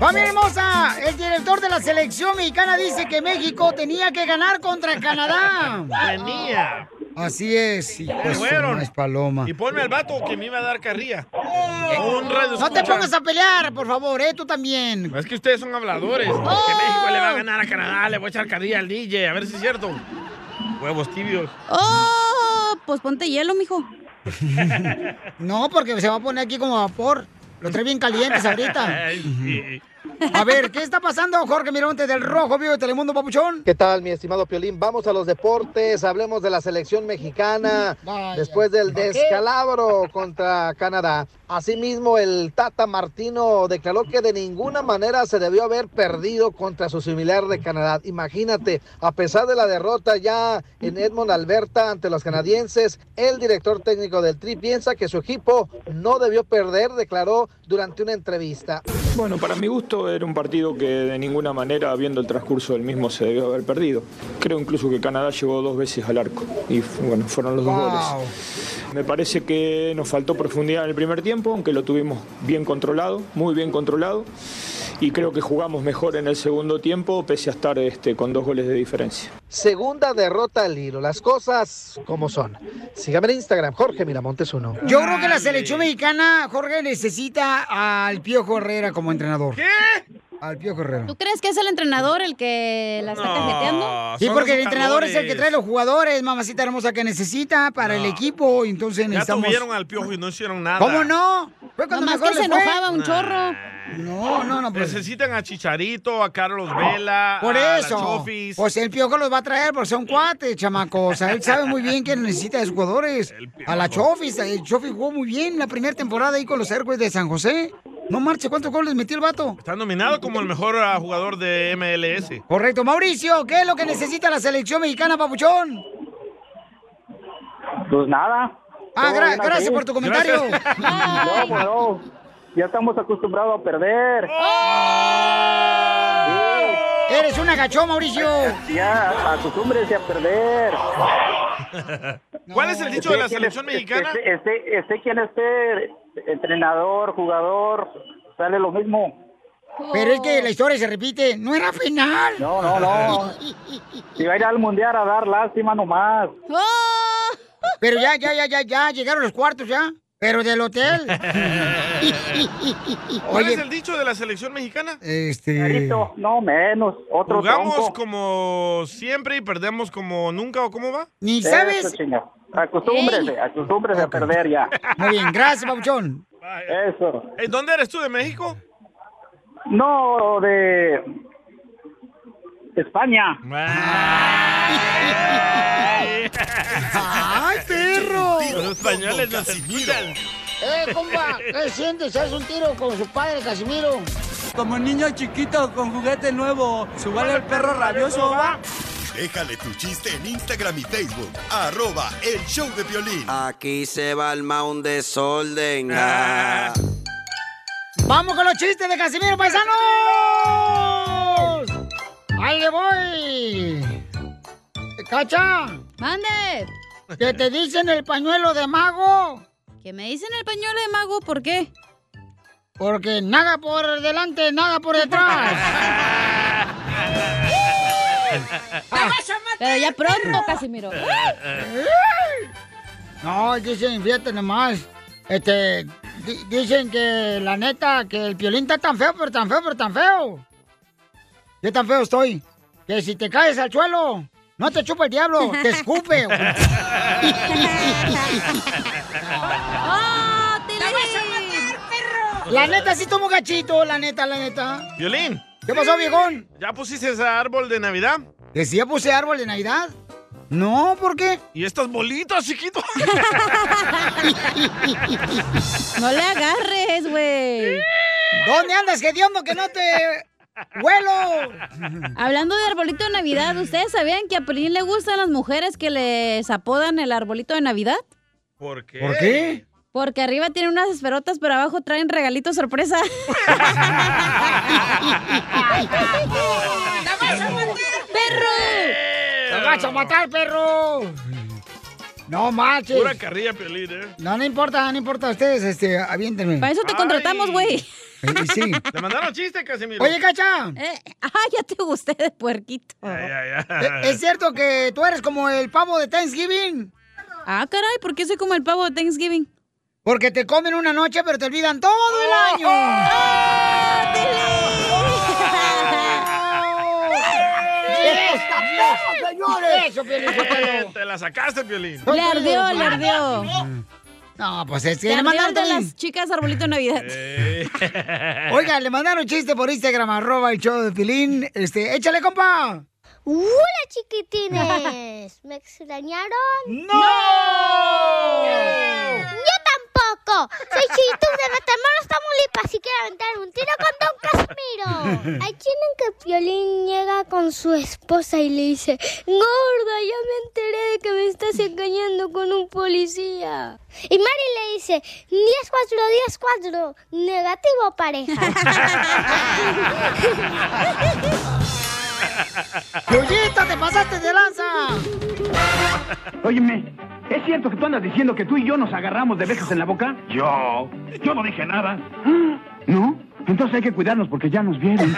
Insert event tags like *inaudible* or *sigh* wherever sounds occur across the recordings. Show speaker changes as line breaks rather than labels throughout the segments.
¡Familia hermosa! El director de la selección mexicana dice que México tenía que ganar contra Canadá.
Tenía.
Así es, hijo de su
fueron.
maíz paloma.
Y ponme al vato que me iba a dar carrilla. O un
No te
radioescucha.
pongas a pelear, por favor, ¿eh? Tú también.
Es que ustedes son habladores.
¡Oh!
Que México le va a ganar a Canadá, le voy a echar carrilla al DJ, a ver si es cierto. Huevos tibios.
¡Oh! Pues ponte hielo, mijo.
*laughs* No, porque se va a poner aquí como vapor. Los tres bien calientes ahorita.
*laughs* Ay, sí.
A ver, ¿qué está pasando, Jorge Miramontes del Rojo Vivo de Telemundo, papuchón?
¿Qué tal, mi estimado Piolín? Vamos a los deportes, hablemos de la selección mexicana
Vaya.
después del
¿Por qué?
descalabro contra Canadá. Asimismo, el Tata Martino declaró que de ninguna manera se debió haber perdido contra su similar de Canadá. Imagínate, a pesar de la derrota ya en Edmond, Alberta, ante los canadienses, el director técnico del Tri piensa que su equipo no debió perder, declaró durante una entrevista.
Bueno, para mi gusto era un partido que de ninguna manera, viendo el transcurso del mismo, se debió haber perdido. Creo incluso que Canadá llegó dos veces al arco y bueno, fueron los dos
Wow.
goles. Me parece que nos faltó profundidad en el primer tiempo, aunque lo tuvimos bien controlado, muy bien controlado, y creo que jugamos mejor en el segundo tiempo, pese a estar este, con dos goles de diferencia.
Segunda derrota al hilo. Las cosas como son. Sígame en Instagram, Jorge Miramontes uno.
Yo creo que la selección mexicana, Jorge, necesita al Piojo Herrera como entrenador. ¿Qué? Al Piojo Herrera.
¿Tú crees que es el entrenador el que la está cajeteando?
No,
Sí,
son
porque el
los
entrenador es el que
jugadores.
trae los jugadores, mamacita hermosa, que necesita para el equipo. y Entonces
Ya
necesitamos.
tuvieron al piojo y no hicieron nada.
¿Cómo no? Fue cuando
Nomás
mejor
que se
le fue.
enojaba un chorro.
No, no, no. Pues,
Necesitan a Chicharito, a Carlos Vela,
por
a la
eso.
Chofis.
Pues el piojo los va a traer porque son cuates, chamacos. O sea, él sabe muy bien que necesita de sus jugadores.
El Piojo.
A la Chofis. El Chofis jugó muy bien la primera temporada ahí con los héroes de San José. No marche, ¿cuántos goles metió el vato?
Está nominado como el mejor ah, jugador de MLS.
Correcto. Mauricio, ¿qué es lo que necesita la selección mexicana, papuchón?
Pues nada.
Ah,
Todo
gra-
bien
gracias
así.
por tu comentario.
No, pues no. Ya estamos acostumbrados a perder.
Eres un agachón, Mauricio.
Ya, acostúmbrense a perder.
¿Cuál es el dicho de la
Esté quien
selección
es-
mexicana?
Esté, esté- esté quien esté, este entrenador, jugador, sale lo mismo.
*laughs* Pero es que la historia se repite. No era final.
No, no, no. Si va a ir al mundial a dar lástima nomás.
¡Oh!
*laughs* Pero ya, ya, ya, ya, ya. Llegaron los cuartos ya. Pero del
*laughs*
hotel.
¿Cuál es el dicho de la selección mexicana?
Este.
Clarito, no menos. Otro
Jugamos
tronco.
como siempre y perdemos como nunca o cómo va.
Ni
Eso,
sabes.
chinga. Acostúmbrese, acostúmbrese a perder ya.
Muy bien, gracias, Papuchón. *laughs*
Eso.
Ey, Eh, ¿Dónde eres tú de México?
No, de España.
¡Ay, perro!
Los españoles nos *laughs* escuchan.
¡Eh, compa! ¿Qué sientes? ¿Haz un tiro con su padre, Casimiro?
Como niño chiquito con juguete nuevo, subale el perro rabioso, va.
Déjale tu chiste en Instagram y Facebook. Arroba el show de violín. Ah,
Aquí se va el un desorden.
¡Vamos con los chistes de Casimiro Paisanos! ¡Ahí le voy! ¡Cacha!
¡Mande!
¿Qué te dicen el pañuelo de mago?
Que me dicen el pañuelo de mago, ¿por qué?
Porque nada por delante, nada por detrás.
*laughs*
¡Oh,
Pero ya pronto,
*laughs*
Casimiro.
No, dicen, fíjate nomás. Este, di- dicen que la neta, que el piolín está tan feo, pero tan feo, pero tan feo. Yo tan feo estoy. Que si te caes al suelo, no te chupa el diablo, te
*laughs*
escupe.
¡Oh, te la vas a matar, perro!
la neta, sí tomo gachito, la neta, la neta.
Violín.
¿Qué pasó, viejón?
¿Ya pusiste ese árbol de Navidad?
Decía puse árbol de Navidad. No, ¿por qué?
¿Y estas bolitas,
*laughs*
chiquito?
No le agarres, güey.
¿Dónde andas, hediondo, que no te huelo?
Hablando de arbolito de Navidad, ¿ustedes sabían que a Pelín le gustan las mujeres que les apodan el arbolito de Navidad?
¿Por qué?
¿Por qué?
Porque arriba tiene unas esferotas, pero abajo traen regalitos
*laughs*
sorpresa.
¡La vas a matar, perro! ¡La vas a matar, perro! No marches.
Pura carrilla, Piolín, ¿eh?
No, no importa, no importa. Ustedes, este, aviéntenme.
Para eso te contratamos, güey.
Eh, sí.
Te mandaron chiste, Casimiro.
Oye, Cacha.
Eh, ah, ya te gusté de puerquito.
Ah.
¿e- *laughs* ¿Es cierto que tú eres como el pavo de Thanksgiving?
Ah, caray, ¿por qué soy como el pavo de Thanksgiving?
Porque te comen una noche, pero te olvidan todo el
Oh.
año. señores! ¡Eso, Piolín,
Eh, *laughs* ¡Te la sacaste, Piolín! Mm.
Le ardió, le ardió.
No, pues es que
Le
le
ardió
mandaron
el de
también-
las chicas arbolito de Navidad.
Eh.
Oiga, le mandaron chiste por Instagram, arroba el show de Pilín. Este, échale, compa.
¡Hola, chiquitines! ¿Me extrañaron?
¡No!
¡Yo tampoco! Soy Chiquitos de Matamoros, Tamaulipas y quiero aventar un tiro con Don Casimiro. Hay quien en que Piolín llega con su esposa y le dice Gorda, ya me enteré de que me estás engañando con un policía. Y Mari le dice 10-4, 10-4, negativo *laughs* pareja.
¡Yuyita, te pasaste de lanza!
Óyeme, ¿es cierto que tú andas diciendo que tú y yo nos agarramos de besos en la boca?
Yo, yo no dije nada.
¿No? Entonces hay que cuidarnos porque ya nos
*laughs*
vieron.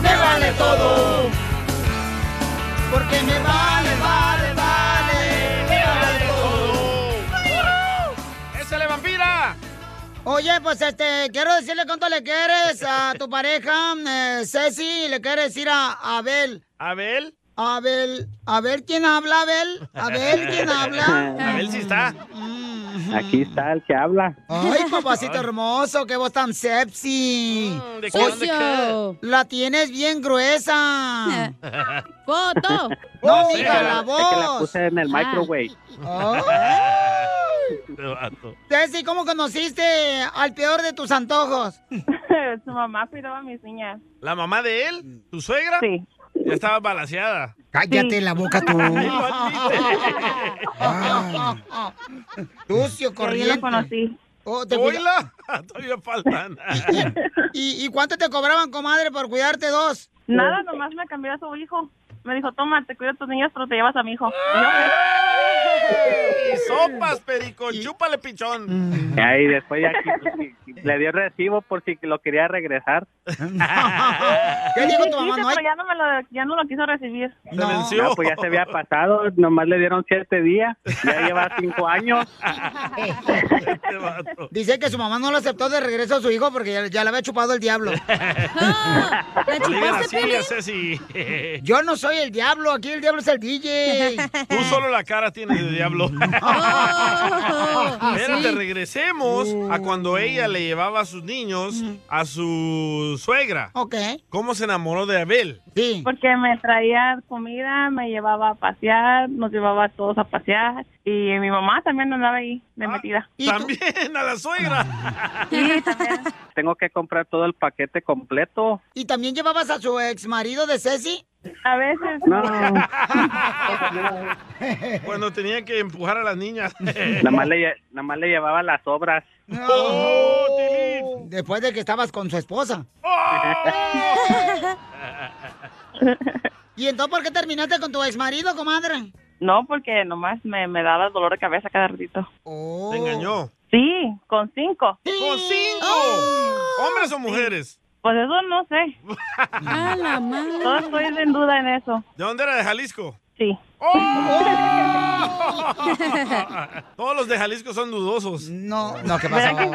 ¡Me vale todo! Porque me vale, vale, vale. Me vale todo.
¡Échale, vampira!
Oye, pues este, quiero decirle cuánto le quieres a tu pareja, eh, Ceci, y le quieres decir a Abel.
¿Abel?
Abel, Abel, ¿quién habla, Abel?
*laughs*
Abel, ¿quién
*laughs*
habla?
Abel sí está.
Aquí está el que habla.
Ay, papacito hermoso, qué voz tan sexy.
Mm, ¿de qué, dónde, qué?
La tienes bien gruesa.
¡Foto!
No,
Sí,
diga
que
la
es que la
voz. Ah.
puse en el
Ah.
microwave.
Ceci, ¿cómo conociste al peor de tus antojos?
*laughs* Su mamá cuidaba a mis niñas.
¿La mamá de él? ¿Tu suegra?
Sí.
Ya estaba balanceada.
Cállate la boca
*laughs*
tú. *laughs* Lucio, corriente.
conocí.
Oh, te cuida-
¡Hola!
*laughs*
Todavía faltan.
¿Y, ¿Y cuánto te cobraban, comadre, por cuidarte dos?
Nada, nomás me cambió a su hijo. Me dijo, toma, te cuido a tus niñas, pero te llevas a mi hijo. ¿eh?
Y sopas, perico. Chúpale, pichón.
Y ahí después ya aquí, pues, sí, le dio recibo por si lo quería regresar.
¿Qué
dijo
*laughs*
tu
mamá?
No hay... pero ya no, me lo, ya no lo quiso recibir.
No, pues ya se había pasado, nomás le dieron siete días, ya lleva cinco años.
Este Dice que su mamá no lo aceptó de regreso a su hijo porque ya, ya le había chupado el
*laughs*
diablo.
¿La
chupaste, Piolín?
Ceci.
este. Yo no soy el diablo, aquí el diablo es el DJ.
Tú *laughs*
*laughs*
solo la cara tienes
*laughs*
de diablo.
Ah,
Espérate,
sí. Oh.
regresemos a cuando ella le llevaba a sus niños
Mm.
a su suegra.
Ok.
¿Cómo se enamoró de Abel?
Sí.
Porque me traía comida, me llevaba a pasear, nos llevaba a todos a pasear. Y mi mamá también andaba ahí, de metida.
Ah, También a la suegra.
Tengo que comprar todo el paquete completo.
¿Y también llevabas a su ex marido de Ceci?
A veces.
No.
Cuando tenía que empujar a las niñas.
Nada más le, lle- nada más le llevaba las obras.
Oh,
*laughs*
Después de que estabas con su esposa. Oh.
*laughs*
¿Y entonces por qué terminaste con tu ex marido, comadre?
No, porque nomás me, me daba dolor de cabeza cada ratito.
Oh.
¿Te engañó?
Sí, con
Oh.
cinco.
¡Con cinco! ¿Hombres o mujeres?
Pues eso no
*laughs*
sé.
A la madre.
No estoy en duda en eso.
¿De dónde era? ¿De Jalisco?
Sí.
Oh, Todos los de Jalisco son dudosos.
No, no, Oh, ¿qué pasó? *laughs*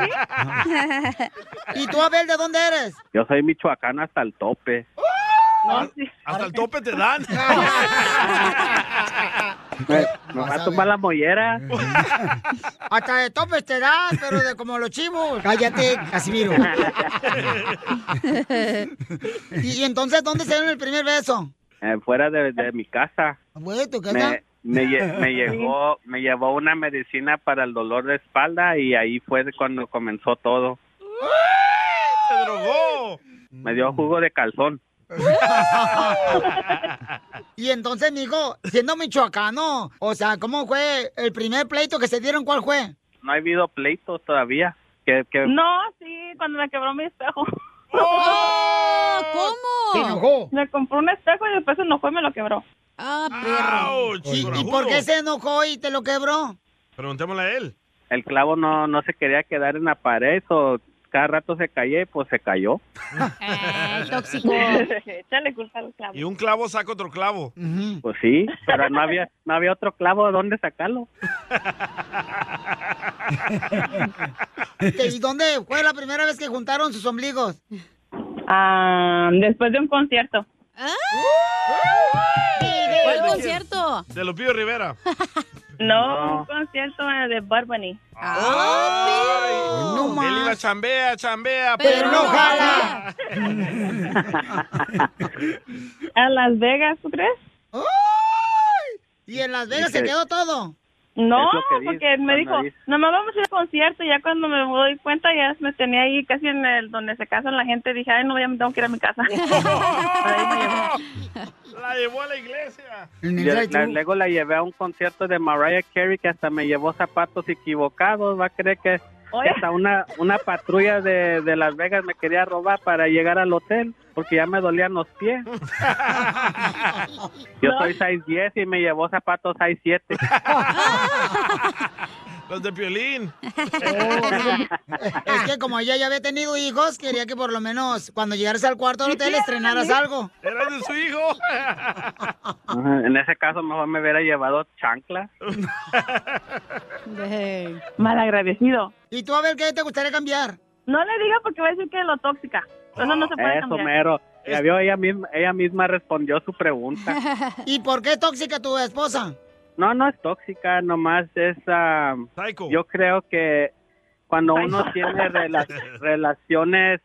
¿Y tú, Abel, de dónde eres?
Yo soy michoacán hasta el tope.
Oh,
Hasta el tope te dan.
Me, me va a tomar la mollera.
*laughs*
Eh.
Hasta de topes te dan, pero de como los chivos. Cállate, Casimiro. *laughs* ¿Y, y entonces dónde se dieron el primer beso?
Eh, fuera de, de mi casa.
Güey, ¿tú qué
Me, me,
*laughs*
lle- me llegó, me llevó una medicina para el dolor de espalda y ahí fue cuando comenzó todo.
¡Se drogó!
Me
Mm.
dio jugo de calzón.
*laughs* Y entonces, mijo, siendo michoacano, o sea, ¿cómo fue el primer pleito que se dieron? ¿Cuál fue?
No ha habido pleitos todavía. Que, que
No, sí, cuando me quebró mi espejo.
¿Cómo?
Se enojó. Me compró un espejo y después se enojó y me lo quebró.
Ah,
perro.
¿Y, y por qué se enojó y te lo quebró?
Preguntémosle a él.
El clavo no, no se quería quedar en la pared o cada rato se caía y pues se cayó.
tóxico.
*laughs* Échale culpa al clavo.
Y un clavo saca otro clavo.
Pues sí, pero no había, no había otro clavo donde sacarlo.
¿Y dónde fue la primera vez que juntaron sus ombligos?
Ah, después de un concierto.
¿Cuál
¿De
concierto?
quién? De Lupillo Rivera.
No, un concierto eh, de Bad Bunny.
Ah.
no Él iba chambea, chambea,
Pero
pero,
no
no jala.
A Las Vegas, ¿tú crees?
¿Y en Las Vegas
Dice-
se quedó todo?
No,
Es lo que dice,
porque me
cuando
dijo,
dice.
nomás vamos a ir al concierto. Y ya cuando me doy cuenta, ya me tenía ahí casi en el donde se casan la gente. Dije, ay, no, ya me tengo que ir a mi casa.
La llevó a la iglesia.
Yo la- luego la llevé a un concierto de Mariah Carey que hasta me llevó zapatos equivocados. Va a creer que, que hasta una, una patrulla de, de Las Vegas me quería robar para llegar al hotel porque ya me dolían los pies. Yo soy 6'10 y me llevó zapatos 6'7.
Los de Piolín.
Oh.
Es que como ella ya había tenido hijos, quería que por lo menos cuando llegaras al cuarto del hotel estrenaras algo.
Era de
*laughs*
su hijo.
Ajá, En ese caso mejor me hubiera llevado chancla.
Malagradecido.
¿Y tú a ver qué te gustaría cambiar?
No le diga porque va a decir que es lo tóxica. Eso no se puede
Eso,
cambiar.
mero. Ya vio, ella misma, ella misma respondió su pregunta.
¿Y por qué es tóxica tu esposa?
No, no es tóxica, nomás es... ah, yo creo que cuando uno
Psycho.
tiene rela-
*laughs*
relaciones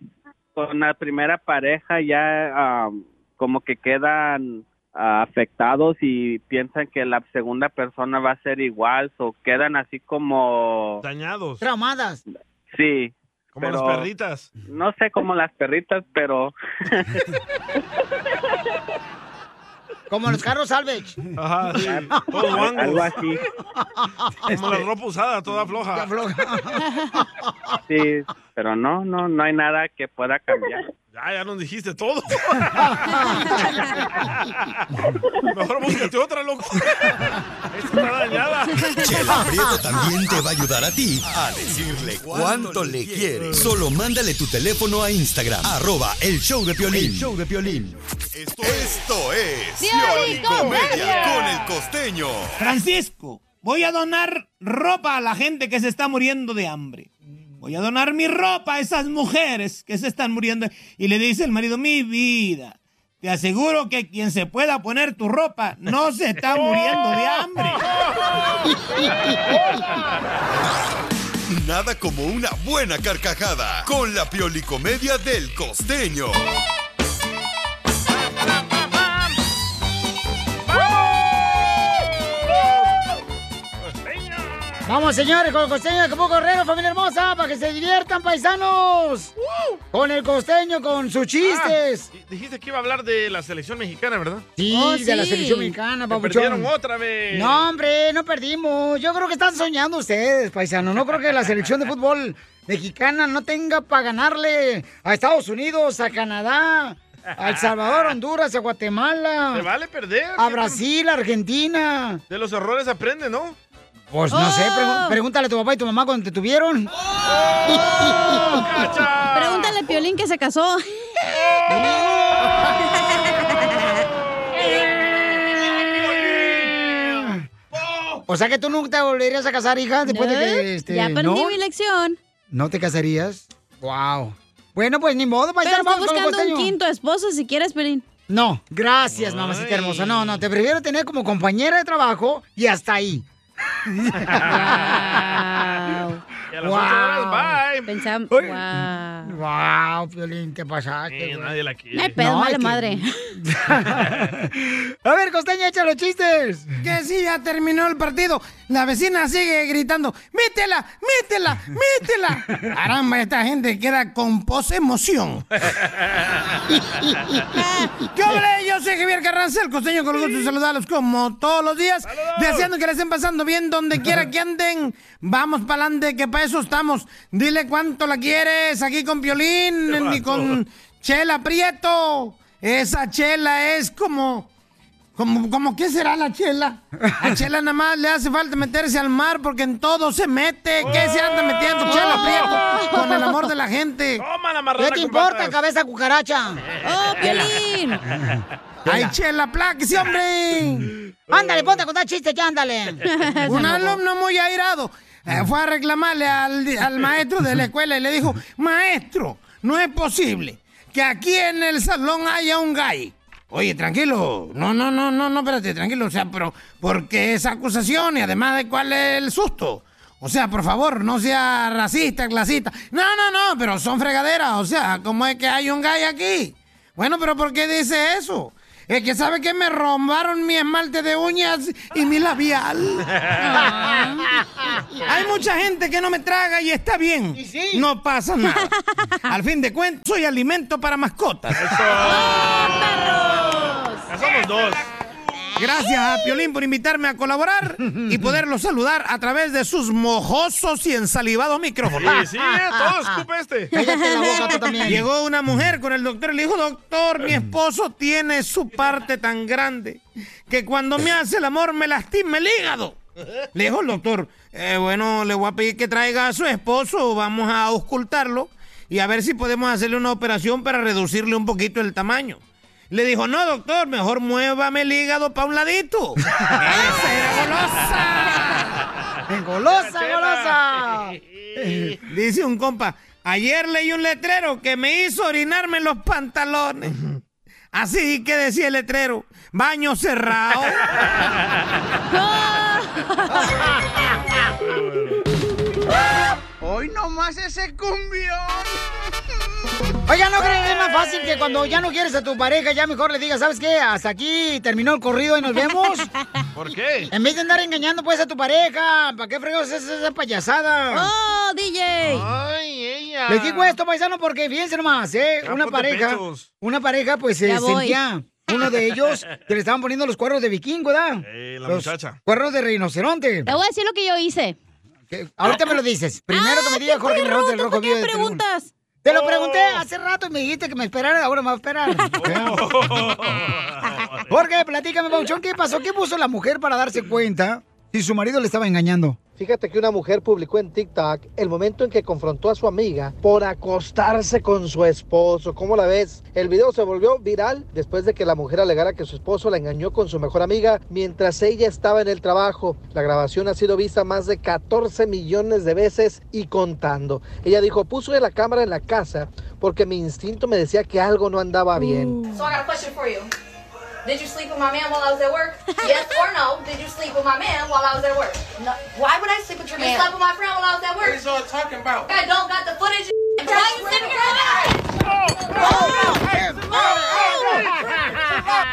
con la primera pareja ya ah, como que quedan ah, afectados y piensan que la segunda persona va a ser igual o quedan así como...
Dañados.
Traumadas.
Sí.
Como
pero-
las perritas.
No sé, como las perritas, pero...
Como los carros salvage.
Ajá,
*laughs*
sí. Todos guangos.
algo así.
Como la ropa usada, toda floja.
Sí, pero no, no, no hay nada que pueda cambiar.
*laughs* Ya, ya nos
*laughs*
dijiste todo. Mejor búscate otra, loco. Esta está dañada.
Chela Prieto también te va a ayudar a ti a decirle cuánto le quieres. Solo mándale tu teléfono a Instagram, arroba el show de Piolín. show de Piolín. Esto, esto es
Piolín
Comedia
Comedia.
con el Costeño.
Francisco, voy a donar ropa a la gente que se está muriendo de hambre. Voy a donar mi ropa a esas mujeres que se están muriendo. Y le dice el marido, mi vida, te aseguro que quien se pueda poner tu ropa no se está
*laughs*
muriendo de hambre.
Nada como una buena carcajada con la piolicomedia del Costeño.
Vamos, señores, con el costeño de Capo Correro, familia hermosa, para que se diviertan, paisanos. Con el costeño, con sus chistes.
Ah, di- dijiste que iba a hablar de la selección mexicana, ¿verdad?
Oh, Sí, de la selección mexicana,
Que
papuchón.
Perdieron otra vez.
No, hombre, no perdimos. Yo creo que están soñando ustedes, paisano. No creo que la selección de fútbol mexicana no tenga para ganarle a Estados Unidos, a Canadá, a El Salvador, a Honduras, a Guatemala.
Se vale perder.
A Brasil, a Argentina.
De los errores aprende, ¿no?
Pues no sé,
Oh.
pregú- pregúntale a tu papá y tu mamá cuando te tuvieron.
Pregúntale a Piolín que se casó.
O sea que tú nunca te volverías a casar, hija, después
No,
de que... Este,
ya aprendí
¿no?
mi lección.
¿No te casarías? Wow. Bueno, pues ni modo,
Pero
paisano.
está
vamos con lo
buscando un
costeño.
quinto esposo si quieres, Piolín.
No, gracias, mamacita hermosa. No, no, te prefiero tener como compañera de trabajo y hasta ahí.
*laughs* Y a las ocho horas,
bye. Pensamos, wow.
Wow, Piolín, te pasaste.
Sí,
güey.
nadie la quiere.
pedo,
es
mala
que-
madre.
A ver, Costeño, echa los chistes.
Que sí, ya terminó el partido. La vecina sigue gritando, métela, métela, métela.
*laughs*
Caramba, esta gente queda con pose emoción. *laughs* ¿Qué hombre? Yo soy Javier Carranza, el costeño con el gusto de saludarlos como todos los días. Deseando que la estén pasando bien donde quiera que anden. Vamos para adelante, que para eso estamos. Dile cuánto la quieres aquí con Piolín ni con Chela Prieto. Esa chela es como... Como, como qué será la chela? A chela nada más le hace falta meterse al mar porque en todo se mete. ¿Qué se anda metiendo chela Prieto con el amor de la gente?
¿Qué te importa,
*laughs*
cabeza cucaracha?
¡Oh,
Piolín! *laughs*
¡Ay, chela plaque, sí, hombre!
Ándale, ponte a contar chistes, ya ándale.
*laughs*
Un alumno muy airado eh, fue a reclamarle al, al maestro de la escuela y le dijo, maestro, no es posible que aquí en el salón haya un gay. Oye, tranquilo, no, no, no, no, no, espérate, tranquilo, o sea, pero ¿por qué esa acusación y además de cuál es el susto? O sea, por favor, no sea racista, clasista. No, no, no, pero son fregaderas, o sea, ¿cómo es que hay un gay aquí? Bueno, pero ¿por qué dice eso? Es que sabe que me robaron mi esmalte de uñas y mi labial. Hay mucha gente que no me traga y está bien. No pasa
*laughs*
nada. Al fin de cuentas, soy alimento para mascotas. ¡Oh,
Ya somos dos.
Gracias a Piolín por invitarme a colaborar y poderlo saludar a través de sus mojosos y ensalivados micrófonos.
Sí, sí, eh,
*laughs*
todo escupe este. Cállate la boca tú también.
Llegó una mujer con el doctor y le dijo, doctor, mi esposo tiene su parte tan grande que cuando me hace el amor me lastima el hígado. Le dijo el doctor, "Eh, bueno, le voy a pedir que traiga a su esposo, vamos a auscultarlo y a ver si podemos hacerle una operación para reducirle un poquito el tamaño. Le dijo, no, doctor, mejor muévame el hígado para un ladito.
*laughs* ¡Golosa, golosa!
*laughs* Dice un compa, ayer leí un letrero que me hizo orinarme en los pantalones. Así que decía el letrero, baño
*laughs*
cerrado.
Hoy nomás ese cumbión. Oiga, ¿no creen que es más fácil que cuando ya no quieres a tu pareja, ya mejor le digas, ¿sabes qué? Hasta aquí terminó el corrido y nos vemos.
*laughs* ¿Por qué?
En vez de andar engañando pues a tu pareja, ¿para qué fregos es esa payasada?
¡Oh, DJ!
¡Ay, ella! Les digo esto, paisano, porque fíjense nomás, ¿eh? Una
Campos de
pareja,
pechos.
una pareja pues se
Ya voy.
sentía, uno de
*laughs*
ellos, que le estaban poniendo los cuernos de vikingo, ¿da?
Eh, la
los
muchacha.
cuernos de rinoceronte.
Te voy a decir lo que yo hice. Ah,
Ahorita me lo dices. Primero
Ah,
que me diga Jorge Mirón del Rojo Vivo de Telemundo. Te lo pregunté hace
Oh.
rato y me dijiste que me esperara, ahora me va a
*laughs*
esperar. *laughs* Jorge, platícame, Pauchón, ¿qué pasó? ¿Qué puso la mujer para darse cuenta si su marido le estaba engañando?
Fíjate que una mujer publicó en TikTok el momento en que confrontó a su amiga por acostarse con su esposo. ¿Cómo la ves? El video se volvió viral después de que la mujer alegara que su esposo la engañó con su mejor amiga mientras ella estaba en el trabajo. La grabación ha sido vista más de 14 millones de veces y contando. Ella dijo, puse la cámara en la casa porque mi instinto me decía que algo no andaba bien.
Mm.
So I got a question for you. Did you sleep with my man while I was at work? yes or no? Did you sleep with my man while I was at work? No. Why would I sleep with your
man?
You slept with my friend while I was at work.
What is y'all talking about?
I don't got the footage. and Why you sitting here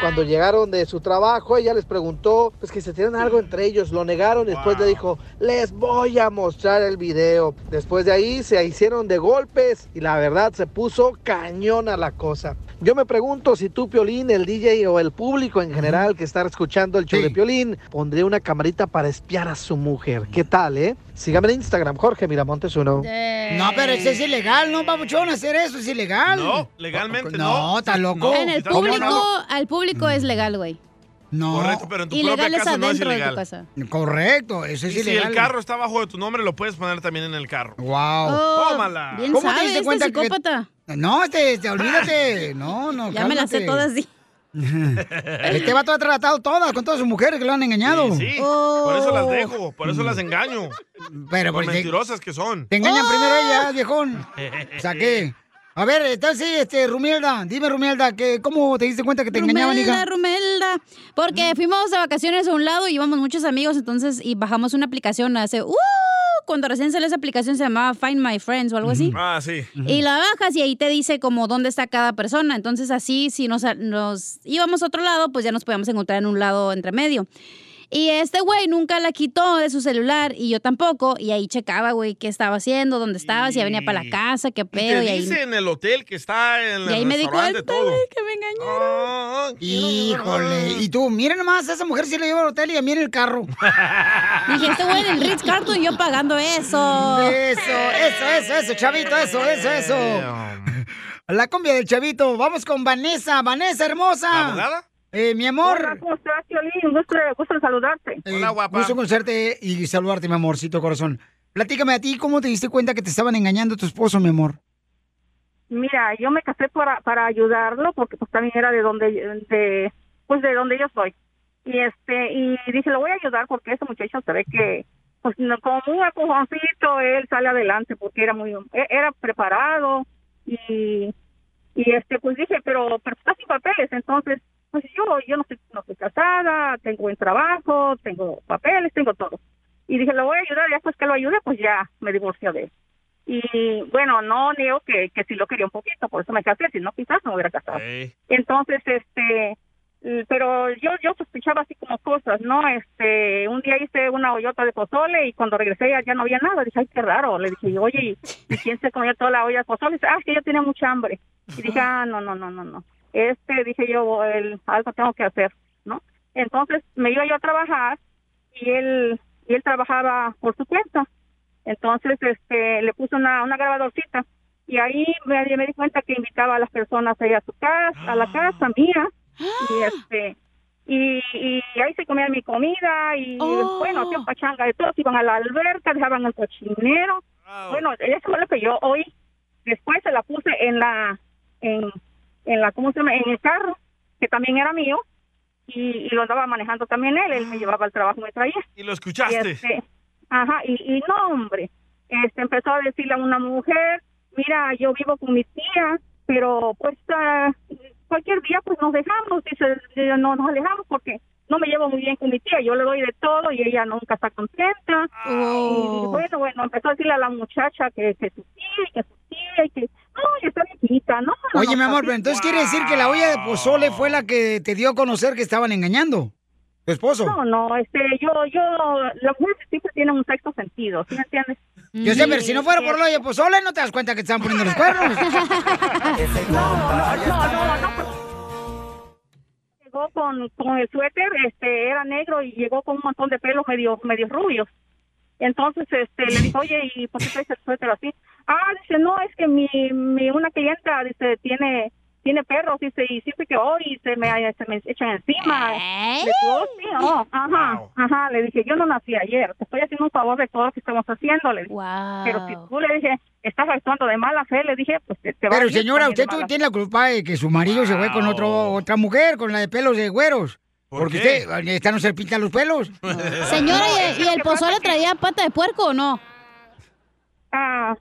Cuando llegaron de su trabajo, ella les preguntó pues que se tienen algo entre ellos, lo negaron, después le dijo, les voy a mostrar el video. Después de ahí se hicieron de golpes y la verdad se puso cañona la cosa. Yo me pregunto si tú, Piolín, el DJ o el público en general que está escuchando el show de Piolín, pondría una camarita para espiar a su mujer. ¿Qué tal, eh? Sígame en Instagram, Jorge Miramontes uno.
Eh.
No, pero eso es ilegal, ¿no, Papuchón? Hacer eso es ilegal.
No, legalmente
No,
no.
está loco.
en el
¿Cómo
público,
no?
al público es legal, güey.
No.
Correcto, pero en tu propia casa no es ilegal.
Correcto, eso es
Y si
ilegal.
el carro está bajo de tu nombre, lo puedes poner también en el carro.
Wow.
Oh,
Oh, ¡Tómala!
¿Cómo te
este
diste cuenta que- No, este,
*laughs*
este, olvídate. No, no,
Ya me las sé
cálmate.
todas, sí.
*laughs* Este vato ha tratado todas, con todas sus mujeres que lo han engañado.
*laughs* Sí,
Oh.
por eso las dejo, por eso las engaño.
Pero
por
porque-
mentirosas que son.
Te
Oh.
engañan primero ellas, viejón.
*laughs*
Saqué. A ver, entonces, este, Rumielda, dime, Rumielda, que, ¿cómo te diste cuenta que te engañaban,
Rumelda,
hija?
Rumelda. Porque fuimos de vacaciones a un lado y íbamos muchos amigos, entonces, y bajamos una aplicación hace. ¡Uh! Cuando recién salió esa aplicación se llamaba Find My Friends o algo así.
Ah, sí.
Y la bajas y ahí te dice como dónde está cada persona. Entonces así, si nos, nos íbamos a otro lado, pues ya nos podíamos encontrar en un lado entre medio. Y este güey nunca la quitó de su celular y yo tampoco. Y ahí checaba, güey, qué estaba haciendo, dónde estaba, si ya venía para la casa, qué
Y
pedo.
te
Y, ahí,
dice en el hotel que está en el
y ahí me di
restaurante
cuenta,
todo.
güey, que me
Ah,
engañaron.
Híjole, y tú, miren nomás, esa mujer sí la lleva al hotel y a mí en el carro.
*laughs* Dije, este güey en el Ritz Carlton, yo pagando eso.
Eso, eso, eso, eso, chavito, eso, eso, eso. La cumbia del chavito. Vamos con Vanessa, Vanessa hermosa. Eh, mi amor. Hola,
¿cómo estás, Un gusto, saludarte.
Hola, guapa. Gusto conocerte y saludarte, mi amorcito corazón. Platícame a ti, ¿cómo te diste cuenta que te estaban engañando a tu esposo, mi amor?
Mira, yo me casé para, para ayudarlo porque pues también era de donde de, pues de donde yo soy. Y este y dije, lo voy a ayudar porque ese muchacho se ve que pues no, como un acojoncito él sale adelante porque era muy e- era preparado y y este pues dije, pero pero está sin papeles, entonces pues yo yo no estoy, no estoy casada, tengo un trabajo, tengo papeles, tengo todo. Y dije, lo voy a ayudar, ya pues que lo ayude, pues ya me divorcio de él. Y bueno, no niego que, que sí lo quería un poquito, por eso me casé, si no quizás no me hubiera casado. Entonces, este, eh, pero yo yo sospechaba así como cosas, ¿no? Este, un día hice una hoyota de pozole y cuando regresé ya, ya no había nada. Dije, ay, qué raro. Le dije, oye, ¿y, y quién se comió toda la olla de pozole? Dice, ah, es que yo tenía mucha hambre. Y dije, ah, no, no, no, no, no. Este, dije yo, el, algo tengo que hacer, ¿no? Entonces me iba yo a trabajar y él, y él trabajaba por su cuenta. Entonces, este, le puse una, una grabadorcita y ahí me, me di cuenta que invitaba a las personas ahí a su casa, a la casa mía, y este, y, y ahí se comía mi comida y bueno, hacían pachanga de todos, iban a la alberca, dejaban el cochinero, bueno, eso fue lo que yo hoy, después se la puse en la, en, en la, ¿cómo se llama? En el carro, que también era mío, y, y lo andaba manejando también él, él me llevaba al trabajo, me traía.
Y lo escuchaste.
Este, ajá, y, y no, hombre. Este, empezó a decirle a una mujer, mira, yo vivo con mi tía, pero pues ah, cualquier día pues nos dejamos. Dice, "Eh, no nos alejamos porque no me llevo muy bien con mi tía. Yo le doy de todo y ella nunca está contenta. Y bueno, bueno, empezó a decirle a la muchacha que, que su tía, y que su tía, y que, no, ya está viejita, no. no,
Oye,
no,
mi amor,
así".
pero entonces quiere decir que la olla de pozole fue la que te dio a conocer que estaban engañando. ¿Tu esposo?
No, no, este, yo, yo, las mujeres siempre tienen un sexto sentido, ¿sí me entiendes?
Yo sé, pero
Y,
si no fuera
eh,
por la olla de pozole, no te das cuenta que te están poniendo
*laughs*
los cuernos.
llegó con, con el suéter, este, era negro y llegó con un montón de pelos medio, medio rubios. Entonces, este, le dije, oye, ¿y por qué traes el suéter así? Ah, dice, no, es que mi, mi una clienta, dice, tiene, tiene perros, dice, y siempre que hoy se me, se me echan encima. Le dije, "Oh, sí, oh, ajá, ajá, le dije, yo no nací ayer, te estoy haciendo un favor de todo lo que estamos haciendo, le dije. Pero si tú le dije, estás actuando de mala fe, le dije, pues te, te va a
Pero
ir
señora,
también de
usted tú
mala
tiene la culpa de que su marido se fue con otro, otra mujer, con la de pelos de güeros. Porque
qué?
usted, esta no se pinta los pelos.
Señora, ¿y, y el pozole traía pata de puerco o no?
*laughs*
Ah.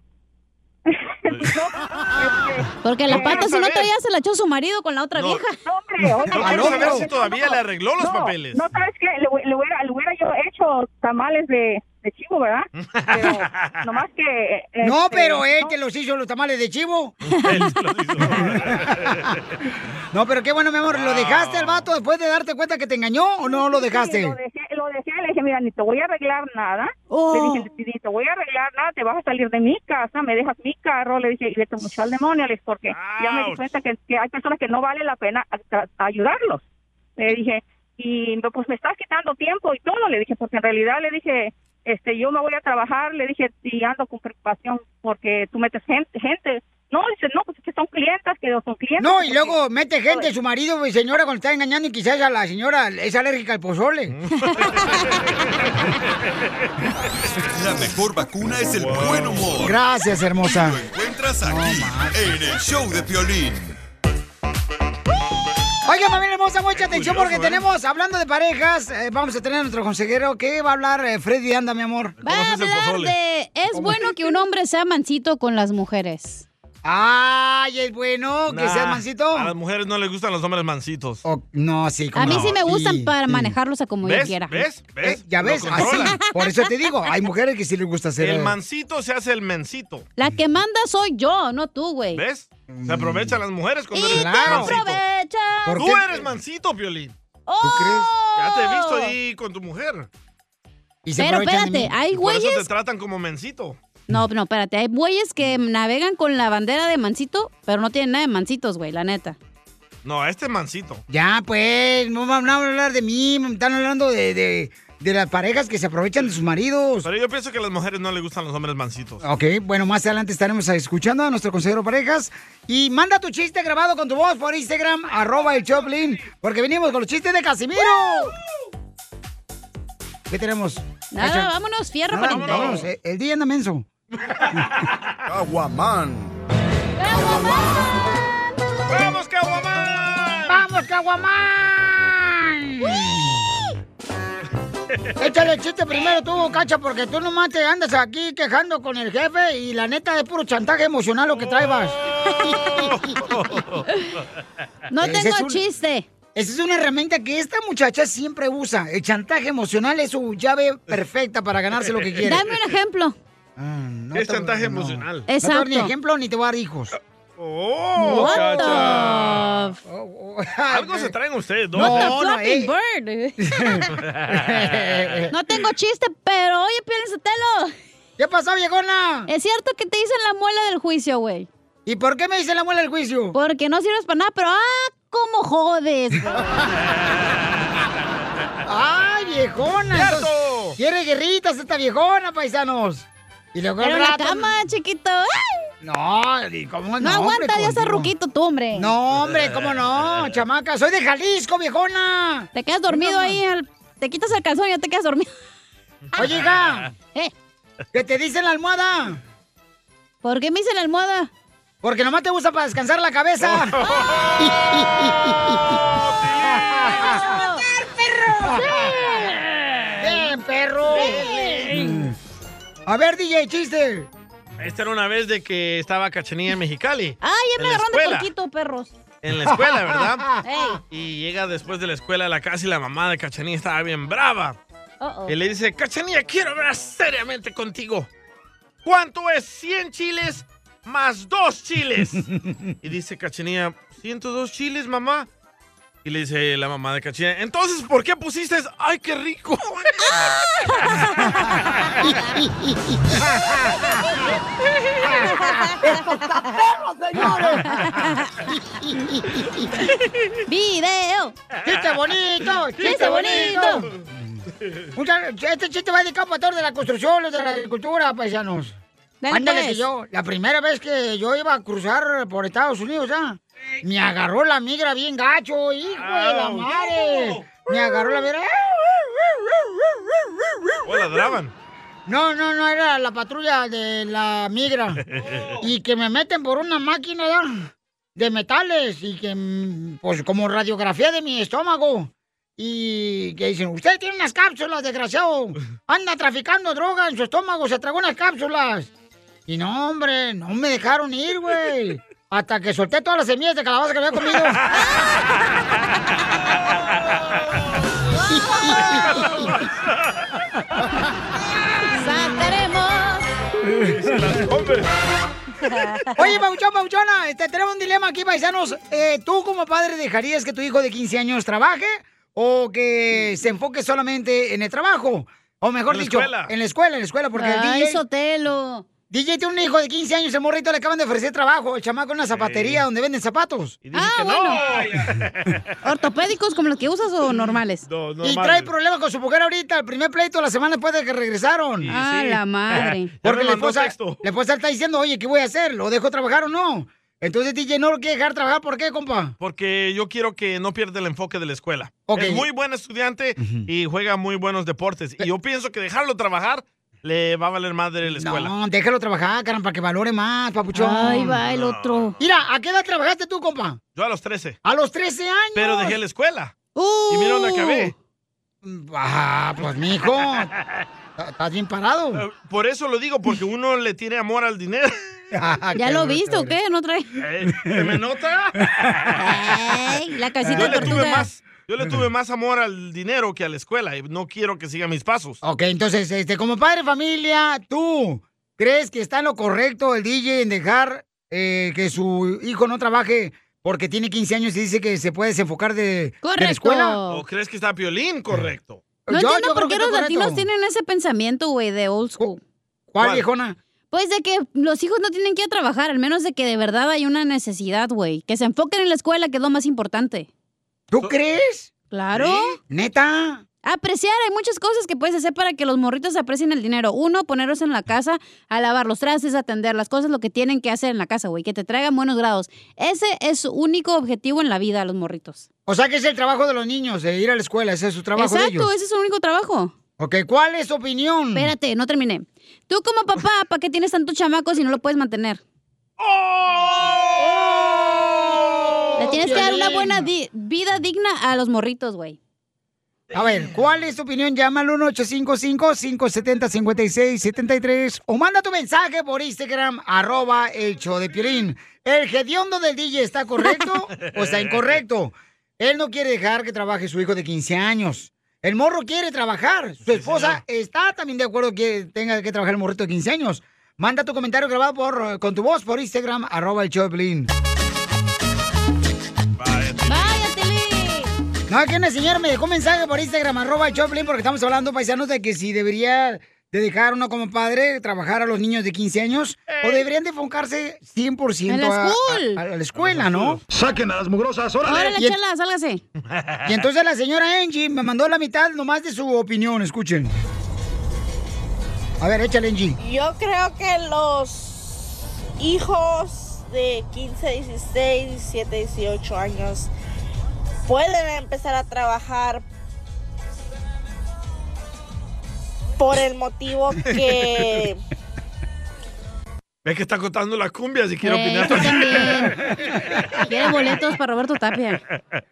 Porque la
No
Pues,
pata,
quiero
si no
saber.
traía, se la echó su marido con la otra
No.
vieja.
hombre, oiga,
No
no,
quiero saber
no,
si
no,
todavía
no.
le arregló los
No,
papeles.
No, ¿sabes qué? Le, hu- le hubiera, le hubiera yo hecho tamales de, de chivo, ¿verdad? Pero nomás que... eh,
No,
este,
pero él
no.
te los hizo los tamales de chivo. *laughs* no, pero qué bueno, mi amor. ¿Lo dejaste al vato después de darte cuenta que te engañó o no lo
Sí,
dejaste?
Lo dejé, lo dejé, le dije, mira, ni te voy a arreglar nada.
Oh.
Le dije, ni te voy a arreglar nada, te vas a salir de mi casa, me dejas mi carro. Le dije, y vete mucho al demonio, le dije, porque ya me di cuenta que, que hay personas que no vale la pena a- tra- ayudarlos. Le dije, y no, pues me estás quitando tiempo y todo, le dije, porque en realidad le dije, este, yo me voy a trabajar, le dije, y ando con preocupación porque tú metes gente, gente No, dice, no, pues es que son clientas, que no son clientes.
No, y luego
porque-
mete gente, su marido y señora, cuando está engañando y quizás a la señora es alérgica al
*laughs*
pozole.
La mejor vacuna es el buen humor.
Gracias, hermosa.
Encuentras aquí, en el show de Piolín.
Oiga, familia hermosa, mucha
curioso,
atención porque
¿eh?
tenemos, hablando de parejas, eh, vamos a tener a nuestro consejero que va a hablar eh, Freddy Anda, mi amor.
Va a hablar de. Es bueno que un hombre sea mansito con las mujeres.
Ay, es bueno
Nah, A las mujeres no les gustan los hombres mancitos.
no, sí,
A mí
no.
sí me gustan para manejarlos a como yo
¿Ves?
quiera.
¿Ves? ¿Ves?
Eh, ya
Lo
ves, así.
controlan.
Por eso te digo, hay mujeres que sí les gusta hacer.
El
eh,
mancito se hace el mencito.
La que manda soy yo, no tú, güey.
¿Ves?
Mm.
Se aprovechan las mujeres cuando
Y
eres
te
mancito.
aprovechas.
Tú eres mancito, Piolín.
Oh.
¿Tú crees? Ya te he visto ahí con tu mujer.
Y
se Pero aprovechan de espérate, mí. hay
Por eso
güeyes-
te tratan como mencito.
No, no, espérate. Hay bueyes que navegan con la bandera de mansito, pero no tienen nada de mansitos, güey, la neta.
No, este es mancito.
Ya, pues, no van a hablar de mí, me están hablando de, de- de las parejas que se aprovechan de sus maridos.
Pero yo pienso que a las mujeres no les gustan los hombres mancitos.
Ok, bueno, más adelante estaremos escuchando a nuestro consejero parejas. Y manda tu chiste grabado con tu voz por Instagram, arroba el Choplin, porque venimos con los chistes de Casimiro. ¿Qué tenemos?
Nada,
Cacha?
vámonos, fierro
Nada,
pariente.
vámonos, eh, El día anda menso.
Aguamán.
¡Vamos, Caguamán!
¡Vamos, Caguamán! Échale el chiste primero tú, Cacha, porque tú nomás te andas aquí quejando con el jefe y la neta es puro chantaje emocional lo que traebas.
No
Ese
tengo
es un-
chiste.
Esa es una herramienta que esta muchacha siempre usa. El chantaje emocional es su llave perfecta para ganarse lo que quiere.
Dame un ejemplo.
es chantaje
No
emocional.
te voy a dar ni ejemplo ni te voy a dar hijos.
¡Oh,
What
Cacha!
the-
Algo se traen ustedes dos.
What the
¿eh?
flapping
*laughs*
bird. eh. no tengo chiste, pero oye, Pielinsotelo.
eh. ¿Qué pasó, viejona?
Es cierto que te dicen la muela del juicio, güey.
¿Y por qué me dicen la muela del juicio?
Porque no sirves para nada, pero ¡ah! ¿Cómo jodes? güey.
¡Ay, viejona!
¡Cierto!
Entonces, Quiere guerritas esta viejona, paisanos. Y luego
pero
al
en la
rato-
cama, chiquito. ¡ay!
No, ¿y
No,
¿cómo no? hombre,
aguanta, ya
contigo?
estás ruquito tú, hombre.
No, hombre, ¿cómo no? Chamaca, soy de Jalisco, viejona.
Te quedas dormido ahí, al- te quitas el calzón y ya te quedas dormido.
*laughs*
Eh. *laughs*
Oye, hija. ¿Qué te dicen la almohada?
¿Por qué me hice la almohada?
Porque nomás te usa para descansar la
*laughs*
cabeza. *laughs* ¡Bien, perro! A ver, DJ, chiste.
Esta era una vez de que estaba Cachanilla en Mexicali.
Ay, ya
En
me
la
agarraron de
escuela.
porquito, perros.
En la escuela, ¿verdad?
*laughs* Ey,
Y llega después de la escuela a la casa y la mamá de Cachanilla estaba bien brava.
oh, oh. *laughs*
Y le dice, Cachanilla, quiero hablar seriamente contigo. ¿Cuánto es 100 chiles más 2 chiles? y dice Cachanilla, 102 chiles, mamá. Y le dice la mamá de Cachanilla, entonces, ¿por qué pusiste? ¡Ay, qué rico! *laughs*
¡Video!
¡Chiste bonito! ¡Chiste bonito! Mucha- Este chiste va dedicado para todos de la construcción, los de la agricultura, paisanos.
Dale,
Ándale,
pues.
que yo, la primera vez que yo iba a cruzar por Estados Unidos, ¿ya? Me agarró la migra bien gacho, hijo de la
Au.
madre. Me agarró la migra.
¿O ladraban?
No, no, no, era la patrulla de la migra. Y que me meten por una máquina ¿ya? de metales y que, mm, pues, como radiografía de mi estómago. Y que dicen, usted tiene unas cápsulas, desgraciado. Anda traficando droga en su estómago, se tragó unas cápsulas. Y no, hombre, no me dejaron ir, güey. Hasta que solté todas las semillas de calabaza que había comido. *laughs* Oye, Pauchón, Pauchona, este, tenemos un dilema aquí, paisanos. Eh, ¿Tú como padre dejarías que tu hijo de 15 años trabaje o que se enfoque solamente en el trabajo? O mejor
En la
dicho,
escuela.
en la escuela, en la escuela, porque el
Ay,
DJ...
Sotelo.
DJ tiene un hijo de 15 años, el morrito le acaban de ofrecer trabajo, el chamaco en una zapatería donde venden zapatos.
Ah, que no.
¿Ortopédicos como los que usas o normales? Y trae problemas con su mujer ahorita, el primer pleito la semana después de que regresaron.
Ah, sí. la madre. Ya
*laughs* Porque
me
la
mandó
esposa,
texto.
la esposa está diciendo, oye, ¿qué voy a hacer? ¿Lo dejo trabajar o no? Entonces DJ no lo quiere dejar trabajar, ¿por qué, compa?
Porque yo quiero que no pierda el enfoque de la escuela.
Ok.
Es muy buen estudiante y juega muy buenos deportes. Y yo pienso que dejarlo trabajar le va a valer madre la escuela.
No, déjalo trabajar, caramba, para que valore más, papuchón.
Ahí va el
otro. Mira, ¿a qué edad trabajaste tú, compa?
Yo a los 13.
A los 13 años.
Pero dejé la escuela. Y mira dónde acabé. Mm,
Ah, pues
*laughs*
mijo. Estás bien parado.
Eh, Por eso lo digo, porque uno le tiene amor al *laughs* dinero. Ah,
¿Ya lo viste o qué? ¿No trae?
*laughs* ¿Se me nota?
Ey, la casita
yo,
de
le tuve
tortuga.
más, yo le tuve más amor al dinero que a la escuela y no quiero que siga mis pasos.
Ok, entonces, este, como padre de familia, ¿tú crees que está en lo correcto el DJ en dejar eh, que su hijo no trabaje porque tiene 15 años y dice que se puede desenfocar de, de la escuela?
¿O crees que está violín? Correcto.
No
Yo-
entiendo
yo creo
por
que
qué
está
los
correcto.
latinos tienen ese pensamiento, güey, de old school.
¿Cuál, viejona?
Pues de que los hijos no tienen que ir a trabajar, al menos de que de verdad hay una necesidad, güey. Que se enfoquen en la escuela, que es lo más importante.
¿Tú crees?
Claro.
¿Neta?
Apreciar, hay muchas cosas que puedes hacer para que los morritos aprecien el dinero. Uno, ponerlos en la casa, a lavar los trastes, a atender las cosas, lo que tienen que hacer en la casa, güey, que te traigan buenos grados. Ese es su único objetivo en la vida, los morritos.
O sea que es el trabajo de los niños, de ir a la escuela, ese es su trabajo de
Exacto,
ellos.
ese es su único trabajo.
Ok, ¿cuál es tu opinión?
Espérate, no terminé. Tú como papá, ¿para qué tienes tantos chamacos si no lo puedes mantener?
¡Oh!
Le tienes que dar una
Piolín.
buena di- vida digna a los morritos, güey.
A ver, ¿cuál es tu opinión? Llama al 1-855-570-5673 o manda tu mensaje por Instagram, arroba el show de Piolín. ¿El gediondo del DJ está correcto o está incorrecto? Él no quiere dejar que trabaje su hijo de 15 años. El morro quiere trabajar. Su esposa está también de acuerdo que tenga que trabajar el morrito de 15 años. Manda tu comentario grabado por, con tu voz por Instagram, arroba el show de Piolín. No, que una señora me dejó un mensaje por Instagram, arroba Choplin, porque estamos hablando, paisanos, de que si debería de dejar uno como padre trabajar a los niños de 15 años o deberían de enfocarse 100%
En la
a- a-
school.
a, a la escuela, ¿no?
Saquen a las mugrosas, órale.
Órale,
Y en-
chela, sálgase.
Y entonces la señora Angie me mandó la mitad nomás de su opinión, escuchen. A ver, échale, Angie.
Yo creo que los hijos de 15, 16, 17, 18 años pueden empezar a trabajar por el motivo que
*laughs* Ve que está contando la cumbia si quiero
Eh,
opinar.
tú
*laughs*
Quiere boletos para Roberto Tapia.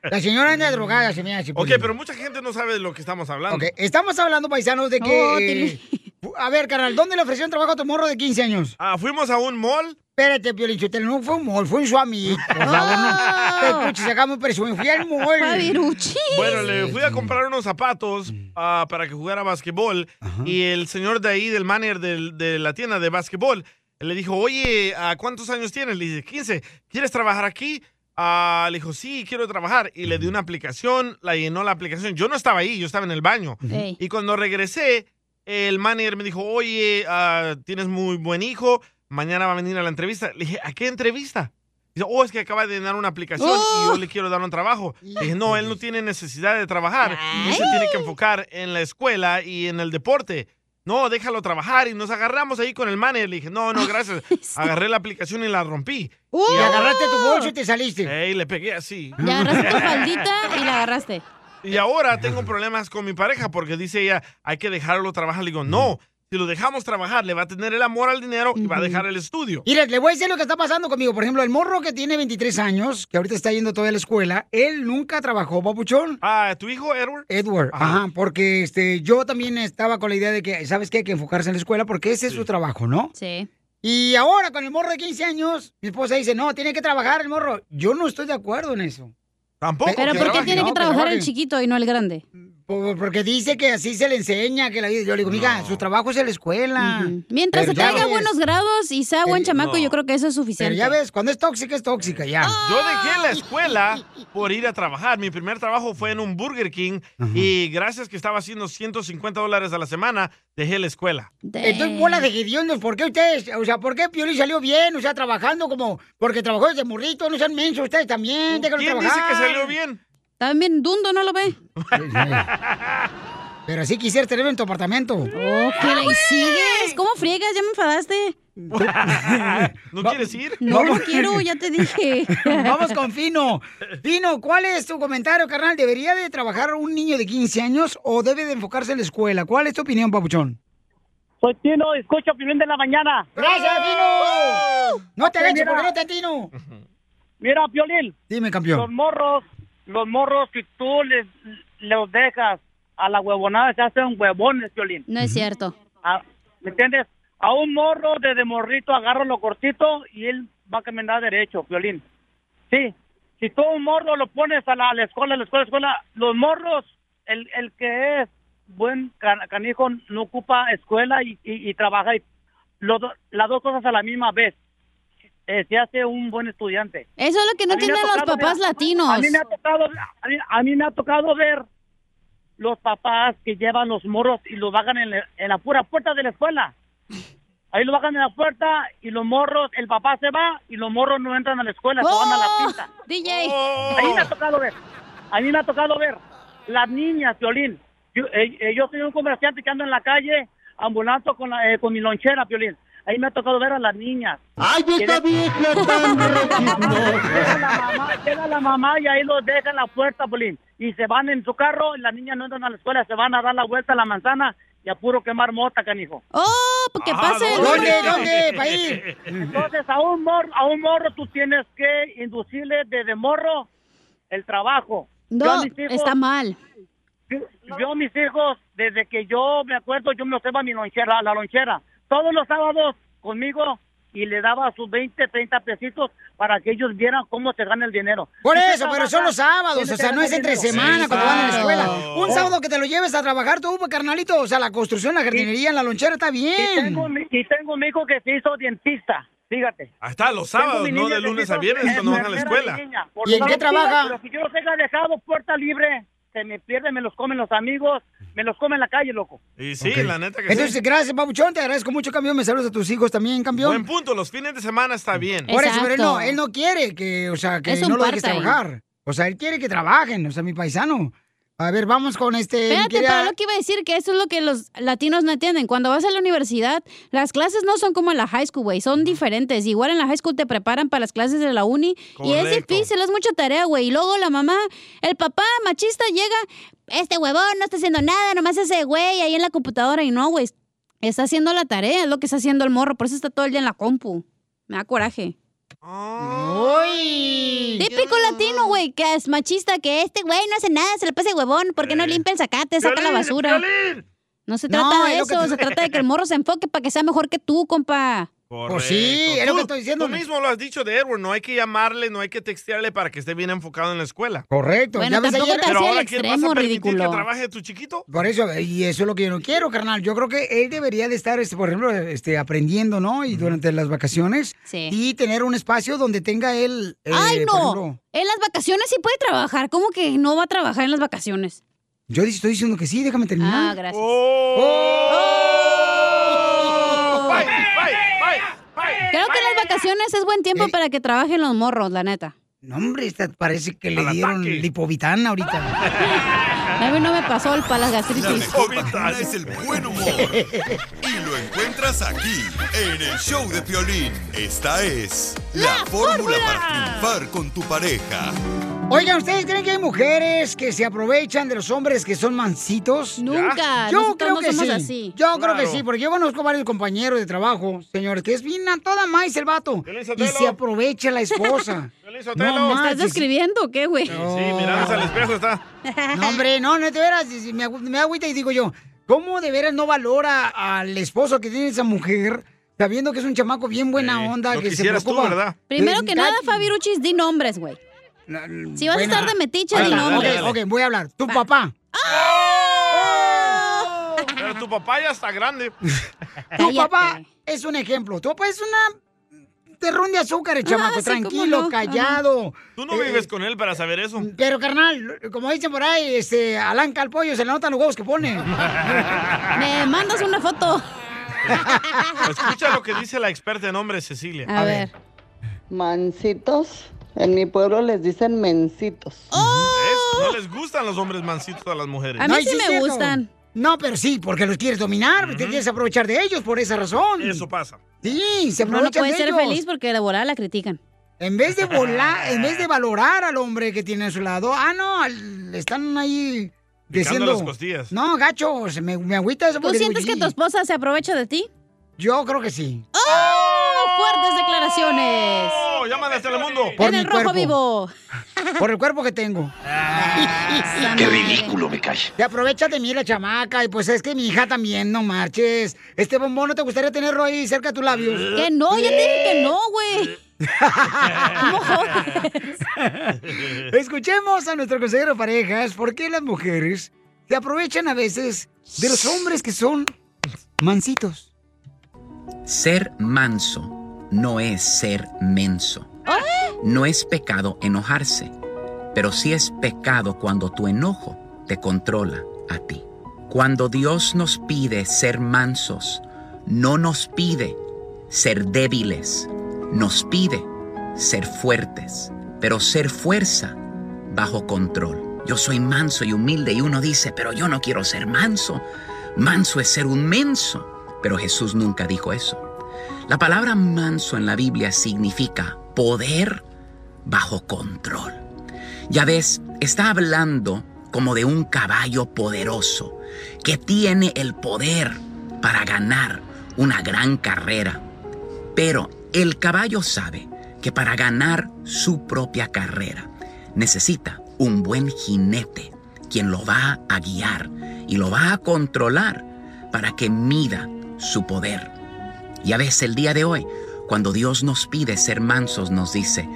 La señora anda drogada, se me hace. pues.
Ok,
Piolín.
pero mucha gente no sabe de lo que estamos hablando.
Ok, estamos hablando, paisanos, de que...
Oh,
eh, a ver, carnal, ¿dónde le ofrecieron trabajo a tu morro de 15 años?
Ah, fuimos a un mall.
Espérate, Piolichotelo, no fue un mall, fue un swami. Por favor, no. Te escuches, sacamos presumen. Fui al mall.
Bueno, le fui a comprar unos zapatos ah, para que jugara basquetbol y el señor de ahí, del manager del- de la tienda de basquetbol, le dijo, oye, ¿a ¿cuántos años tienes? Le dice, 15. ¿Quieres trabajar aquí? Ah, le dijo, sí, quiero trabajar. Y le di una aplicación, la llenó la aplicación. Yo no estaba ahí, yo estaba en el baño.
Ey.
Y cuando regresé, el manager me dijo, oye, ah, tienes muy buen hijo, mañana va a venir a la entrevista. Le dije, ¿a qué entrevista? Dice, oh, es que acaba de llenar una aplicación y yo le quiero dar un trabajo. Le dije, no,
pues.
él no tiene necesidad de trabajar. Él se tiene que enfocar en la escuela y en el deporte. No, déjalo trabajar. Y nos agarramos ahí con el manager. Le dije, no, no, gracias. Agarré la aplicación y la rompí.
Y agarraste tu bolso y te saliste.
Ey, le pegué así.
Le agarraste tu faldita y la agarraste.
Y ahora tengo problemas con mi pareja porque dice ella, hay que dejarlo trabajar. Le digo, no, si lo dejamos trabajar, le va a tener el amor al dinero y va a dejar el estudio.
Mira, le voy a decir lo que está pasando conmigo. Por ejemplo, el morro que tiene 23 años, que ahorita está yendo todavía a la escuela, él nunca trabajó, papuchón.
Ah, ¿tu hijo, Edward?
Edward, ajá, porque este, yo también estaba con la idea de que, ¿sabes qué? Hay que enfocarse en la escuela porque ese es su trabajo, ¿no?
Sí.
Y ahora, con el morro de 15 años, mi esposa dice, no, tiene que trabajar el morro. Yo no estoy de acuerdo en eso.
Tampoco.
Pero ¿por qué tiene que trabajar el
chiquito?
chiquito y no el grande?
Por- Porque dice que así se le enseña, que la vida. Yo le digo, mira, su trabajo es en la escuela.
Mientras se
Pero ya
traiga
ves, Eh,
buenos grados y sea buen chamaco,
no.
yo creo que eso es
Pero
suficiente.
ya ves, cuando es tóxica, es tóxica, ya.
Yo dejé la escuela por ir a trabajar. Mi primer trabajo fue en un Burger King y gracias que estaba haciendo 150 dólares a la semana, dejé la escuela.
Entonces, bola de hediondos, ¿por qué ustedes? O sea, ¿por qué Piolín salió bien? O sea, trabajando como... Porque trabajó desde morrito, no sean mensos ustedes también, déjalo
¿Quién dice
trabajar.
que salió bien?
También Dundo no lo ve.
Pero sí quisiera tenerlo en tu apartamento. Oh, *laughs*
¿qué le sigues? ¿Cómo friegas? Ya me enfadaste.
¿No quieres ir?
No, no quiero, ya te dije.
Vamos con Fino. Fino, ¿cuál es tu comentario, carnal? ¿Debería de trabajar un niño de 15 años o debe de enfocarse en la escuela? ¿Cuál es tu opinión, papuchón?
Soy Tino, escucho Pues, Piolín de la mañana.
¡Gracias, Tino! No te agaches
¡Eh! Mira.
porque no te atino.
*laughs* Mira, Piolín.
Dime, campeón.
Los morros, los morros que tú les los dejas a la huevonada se hacen huevones, Piolín.
No es cierto.
Ah, ¿Me entiendes? A un morro desde morrito agarro lo cortito y él va a caminar derecho, Piolín. Sí. Si tú a un morro lo pones a la, a la escuela, a la escuela, a la escuela, los morros, el, el que es buen can- canijo no ocupa escuela y, y- y trabaja y los do- las dos cosas a la misma vez. Eh, se hace un buen estudiante.
Eso es lo que no
A mí me ha
entienden los
tocado,
papás
mira,
latinos.
A mí, me ha tocado, a, mí, a mí me ha tocado ver los papás que llevan los morros y los bajan en, la- en la pura puerta de la escuela. Ahí lo bajan en la puerta y los morros, el papá se va y los morros no entran a la escuela, se van a la pinta.
DJ.
A mí me ha tocado ver, a mí me ha tocado ver las niñas, Violín. Yo, eh, eh, yo soy un comerciante que ando en la calle ambulando con, la- eh, con mi lonchera, Violín. Ahí me ha tocado ver a las niñas. ¡Ay,
esta vieja tan
Llega la mamá, llega la mamá y ahí los deja en la puerta, Violín. Y se van en su carro, y las niñas no entran a la escuela, se van a dar la vuelta a la manzana y a puro quemar mota, canijo.
¡Oh, porque pase! el hombre.
Entonces, a un, morro, a un morro tú tienes que inducirle desde morro el trabajo.
No,
Yo a mis hijos-
está mal.
Yo, yo a mis hijos, desde que yo me acuerdo, yo me los llevaba a mi lonchera, a la lonchera. Todos los sábados conmigo y le daba sus 20, 30 pesitos para que ellos vieran cómo se gana el dinero.
Por
Si tú
eso, pero son los
trabajas,
sábados,
tienes
o
que
sea, no
ganar
es entre
dinero.
semana cuando van a la escuela.
Exacto. Oh.
Un sábado que te lo lleves a trabajar tú, pues, carnalito, o sea, la construcción, la jardinería, la lonchera está
Y
bien.
tengo, mi- y tengo un hijo que se hizo dentista, fíjate.
Hasta los
Tengo
sábados,
mi
no
niña
de
que
lunes
se
a
hizo
viernes cuando van a la
enfermera, mi
escuela.
niña, por
¿Y en
favor,
qué trabaja?
Pero si yo los he dejado puerta libre, se me pierde, me los comen los amigos, me los comen en la calle, loco.
Y sí,
Ok.
la neta que
Entonces,
sí.
gracias, papuchón, te agradezco mucho, campeón. Me saludas a tus hijos también, campeón.
Buen punto, los fines de semana está bien.
Por eso, pero él no, él no quiere que, o sea, que
Es un
no lo dejes
part-time.
trabajar. O sea, él quiere que trabajen, o sea, mi paisano. A ver, vamos con este. mi
Espérate,
querida-
pero lo que iba a decir que eso es lo que los latinos no entienden. Cuando vas a la universidad, las clases no son como en la high school, güey, son diferentes. Igual en la high school te preparan para las clases de la uni y es
Correcto.
difícil, es mucha tarea, güey. Y luego la mamá, el papá machista llega, este huevón no está haciendo nada, nomás ese güey ahí en la computadora y no, güey. Está haciendo la tarea, es lo que está haciendo el morro, por eso está todo el día en la compu. Me da coraje.
¡Uy!
Típico latino, güey, que es machista, que este güey no hace nada, se le pasa de huevón, ¿por qué no limpia el zacate, saca la
Piolín,
basura?
Piolín.
No se
No,
trata de
es lo que
eso,
*laughs*
te-
se trata de que el morro se enfoque para que sea mejor que tú, compa.
Correcto.
Pues sí, es lo que
Tú-
estoy diciendo.
Tú mismo lo has dicho de Edward, no hay que llamarle, no hay que textearle para que esté bien enfocado en la escuela.
Correcto, Bueno, ya ves tampoco ayer- te
Pero
hace el
ahora, ¿quién vas a
extremo,
permitir
ridículo.
que trabaje tu chiquito?
Por eso, y eso es lo que yo no quiero, carnal. Yo creo que él debería de estar, este, por ejemplo, este, aprendiendo, ¿no? Y durante las vacaciones.
Sí.
Y tener un espacio donde tenga él. eh,
¡Ay,
por
no!
ejemplo,
En las vacaciones sí puede trabajar. ¿Cómo que no va a trabajar en las vacaciones?
yo estoy diciendo que sí, déjame terminar.
Ah, gracias.
Oh.
Oh.
Creo que en las vacaciones es buen
Eh.
tiempo para que trabajen los morros, la neta.
No, hombre, esta parece que le dieron lipovitana ahorita.
*laughs* A mí no me pasó el para las
La
gastritis.
mejor vacuna es el buen humor. Y lo encuentras aquí, en el show de Piolín. Esta es la, fórmula para triunfar con tu pareja.
Oigan, ¿ustedes creen que hay mujeres que se aprovechan de los hombres que son mancitos?
Nunca,
Yo
nosotros
creo
no
que
somos
sí.
así.
Yo creo
Claro.
que sí, porque yo conozco varios compañeros de trabajo, señores, que es bien a toda más el vato. Y
Sotelo.
se aprovecha la
*laughs*
esposa.
Sotelo.
¿Estás describiendo o qué, güey?
Sí, mirándose al espejo está.
No, hombre, no, no, de veras, si- si me, agu- me agüita y digo yo, ¿cómo de veras no valora al esposo que tiene esa mujer, sabiendo que es un chamaco bien buena onda,
lo
que se
quisieras tú,
preocupa?
¿verdad?
Primero que
Dedicar-
nada, Fabiruchis, di nombres, güey. Si vas a
Bueno.
estar de metiche,
Ahí
di
está,
nombres.
Ok, ok, voy a hablar. Tu papá.
tu papá ya está grande.
Tu papá es un ejemplo. Tu papá es una terrón de azúcar, el
Ah,
chamaco.
sí, cómo
tranquilo,
no.
callado.
Tú no
Eh,
vives con él para saber eso.
Pero, carnal, como dicen por ahí, este, Alan Calpollo se le notan los huevos que pone.
*laughs* Me mandas una foto.
Escucha lo que dice la experta en hombres, Cecilia.
Mancitos. En mi pueblo les dicen mencitos.
¿Ves? No les gustan los hombres mancitos a las mujeres.
No, y es cierto. No, pero sí, porque los quieres dominar, te quieres aprovechar de ellos por esa razón. Eso
pasa.
Sí, se
No, no
aprovechan
puede
de
ser
ellos.
feliz porque de volada la critican.
En vez de volar, en
*laughs*
vez de valorar al hombre que tiene a su lado, ah, no, al- le están ahí
Picando
diciendo...
las costillas.
No, gachos, me, me agüita eso
¿Tú
porque digo,
sientes que
"Yi".
tu esposa se aprovecha de ti?
Yo creo que sí.
¡Oh! ¡Fuertes declaraciones!
¡Oh! ¡Llama de Telemundo!
en el rojo vivo.
Por el cuerpo que
*laughs*
tengo.
Qué ridículo me cae.
Te aprovecha de mí la chamaca y pues es que mi hija también, no marches. Este bombón no te gustaría tenerlo ahí cerca de tus labios.
Que no, ya te dije que no, güey.
Escuchemos a nuestro consejero de parejas por qué las mujeres se aprovechan a veces de los hombres que son mancitos.
Ser manso no es ser menso.
¡Oh!
No es pecado enojarse, pero sí es pecado cuando tu enojo te controla a ti. Cuando Dios nos pide ser mansos, no nos pide ser débiles, nos pide ser fuertes, pero ser fuerza bajo control. Yo soy manso y humilde y uno dice, pero yo no quiero ser manso. Manso es ser un menso. Pero Jesús nunca dijo eso. La palabra manso en la Biblia significa poder bajo control. Ya ves, está hablando como de un caballo poderoso que tiene el poder para ganar una gran carrera. Pero el caballo sabe que para ganar su propia carrera necesita un buen jinete quien lo va a guiar y lo va a controlar para que mida su poder. Ya ves, el día de hoy, cuando Dios nos pide ser mansos, nos dice,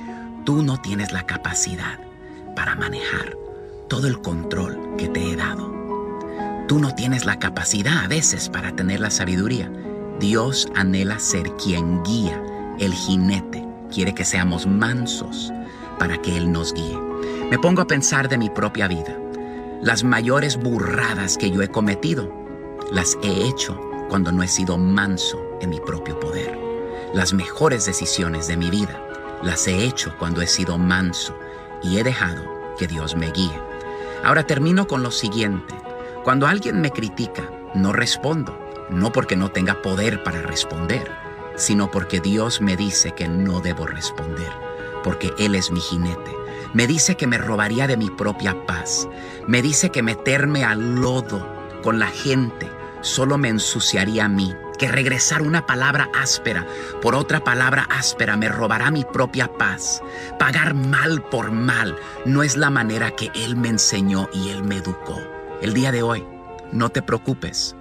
tú no tienes la capacidad para manejar todo el control que te he dado. Tú no tienes la capacidad a veces para tener la sabiduría. Dios anhela ser quien guía, el jinete. Quiere que seamos mansos para que Él nos guíe. Me pongo a pensar de mi propia vida. Las mayores burradas que yo he cometido las he hecho cuando no he sido manso en mi propio poder. Las mejores decisiones de mi vida las he hecho cuando he sido manso y he dejado que Dios me guíe. Ahora termino con lo siguiente. Cuando alguien me critica, no respondo, no porque no tenga poder para responder, sino porque Dios me dice que no debo responder, porque Él es mi jinete. Me dice que me robaría de mi propia paz. Me dice que meterme al lodo con la gente solo me ensuciaría a mí. Que regresar una palabra áspera por otra palabra áspera me robará mi propia paz. Pagar mal por mal no es la manera que Él me enseñó y Él me educó. El día de hoy, no te preocupes.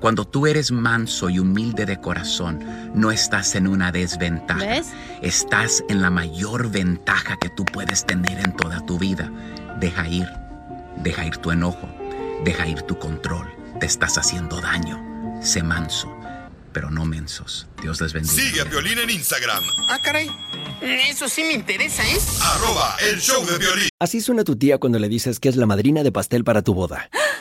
Cuando tú eres manso y humilde de corazón, no estás en una desventaja.
¿Ves?
Estás en la mayor ventaja que tú puedes tener en toda tu vida. Deja ir, deja ir tu enojo, deja ir tu control. Te estás haciendo daño. Sé manso, pero no mensos. Dios les bendiga.
Sigue a Violín en Instagram.
Ah, caray. Eso sí me interesa, ¿eh?
Arroba el show de violín.
Así suena tu tía cuando le dices que es la madrina de pastel para tu boda.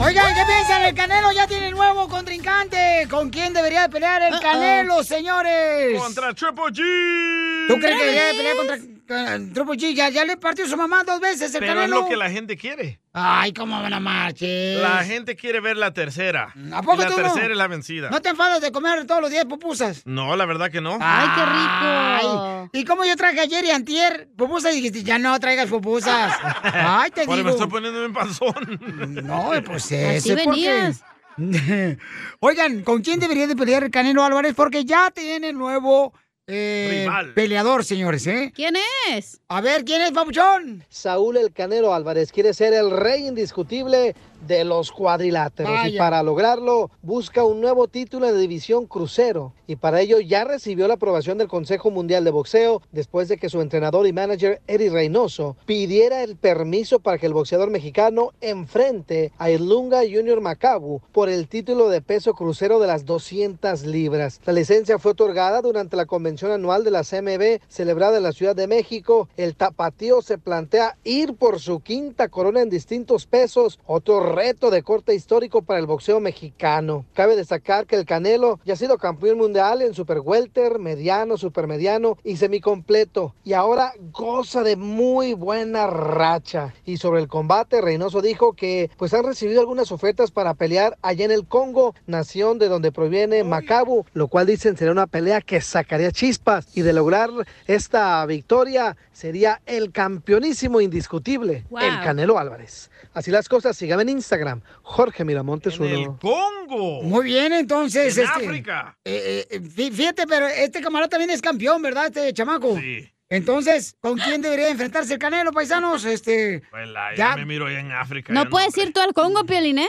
Oigan, ¿qué piensan? El Canelo ya tiene nuevo contrincante. ¿Con quién debería de pelear el Canelo, señores?
Contra Triple G.
¿Tú crees que debería de pelear contra eh, Triple G? Ya, ya le partió su mamá dos veces el
Pero es
Canelo.
lo que la gente quiere.
Ay, cómo van a marches.
La gente quiere ver la tercera.
¿A poco
y la
tú no?
tercera es la vencida.
¿No te enfadas de comer todos los días pupusas?
No, la verdad que no.
¡Ay, qué rico! ¿Y cómo yo traje ayer y antier pupusas y dijiste, ya no traigas
*laughs*
pupusas? ¡Ay, te
Ahora
digo!
me estoy poniendo bien panzón.
No, pues eso es porque... *laughs* Oigan, ¿con quién debería de pelear el Canelo Álvarez? Porque ya tiene nuevo eh,
Rival.
peleador, señores, ¿eh?
¿Quién es?
A ver, ¿quién es, Papuchón?
Saúl El Canelo Álvarez quiere ser el rey indiscutible de los cuadriláteros y
Vaya.
para lograrlo busca un nuevo título de división crucero y para ello ya recibió la aprobación del Consejo Mundial de Boxeo después de que su entrenador y manager Eddie Reynoso pidiera el permiso para que el boxeador mexicano enfrente a Ilunga Junior Macabu por el título de peso crucero de las 200 libras. La licencia fue otorgada durante la convención anual de la CMB celebrada en la Ciudad de México. El tapatío se plantea ir por su quinta corona en distintos pesos, otro reto de corte histórico para el boxeo mexicano. Cabe destacar que el Canelo ya ha sido campeón mundial en super welter, mediano, supermediano y semicompleto y ahora goza de muy buena racha. Y sobre el combate, Reynoso dijo que pues han recibido algunas ofertas para pelear allá en el Congo, nación de donde proviene Macabu, lo cual dicen será una pelea que sacaría chispas y de lograr esta victoria sería el campeonísimo indiscutible,
Wow.
el Canelo Álvarez. Así las cosas, síganme en Instagram, Jorge Miramontes uno.
Congo.
Muy bien, entonces.
En
este,
África.
eh, eh, fí- fíjate, pero este camarada también es campeón, ¿verdad, este chamaco? Sí. Entonces, ¿con quién debería enfrentarse el Canelo, paisanos? Este,
Vela,
Ya.
Pues ya me miro allá en África.
No
ya
puedes ir tú al Congo, Piolín, ¿eh?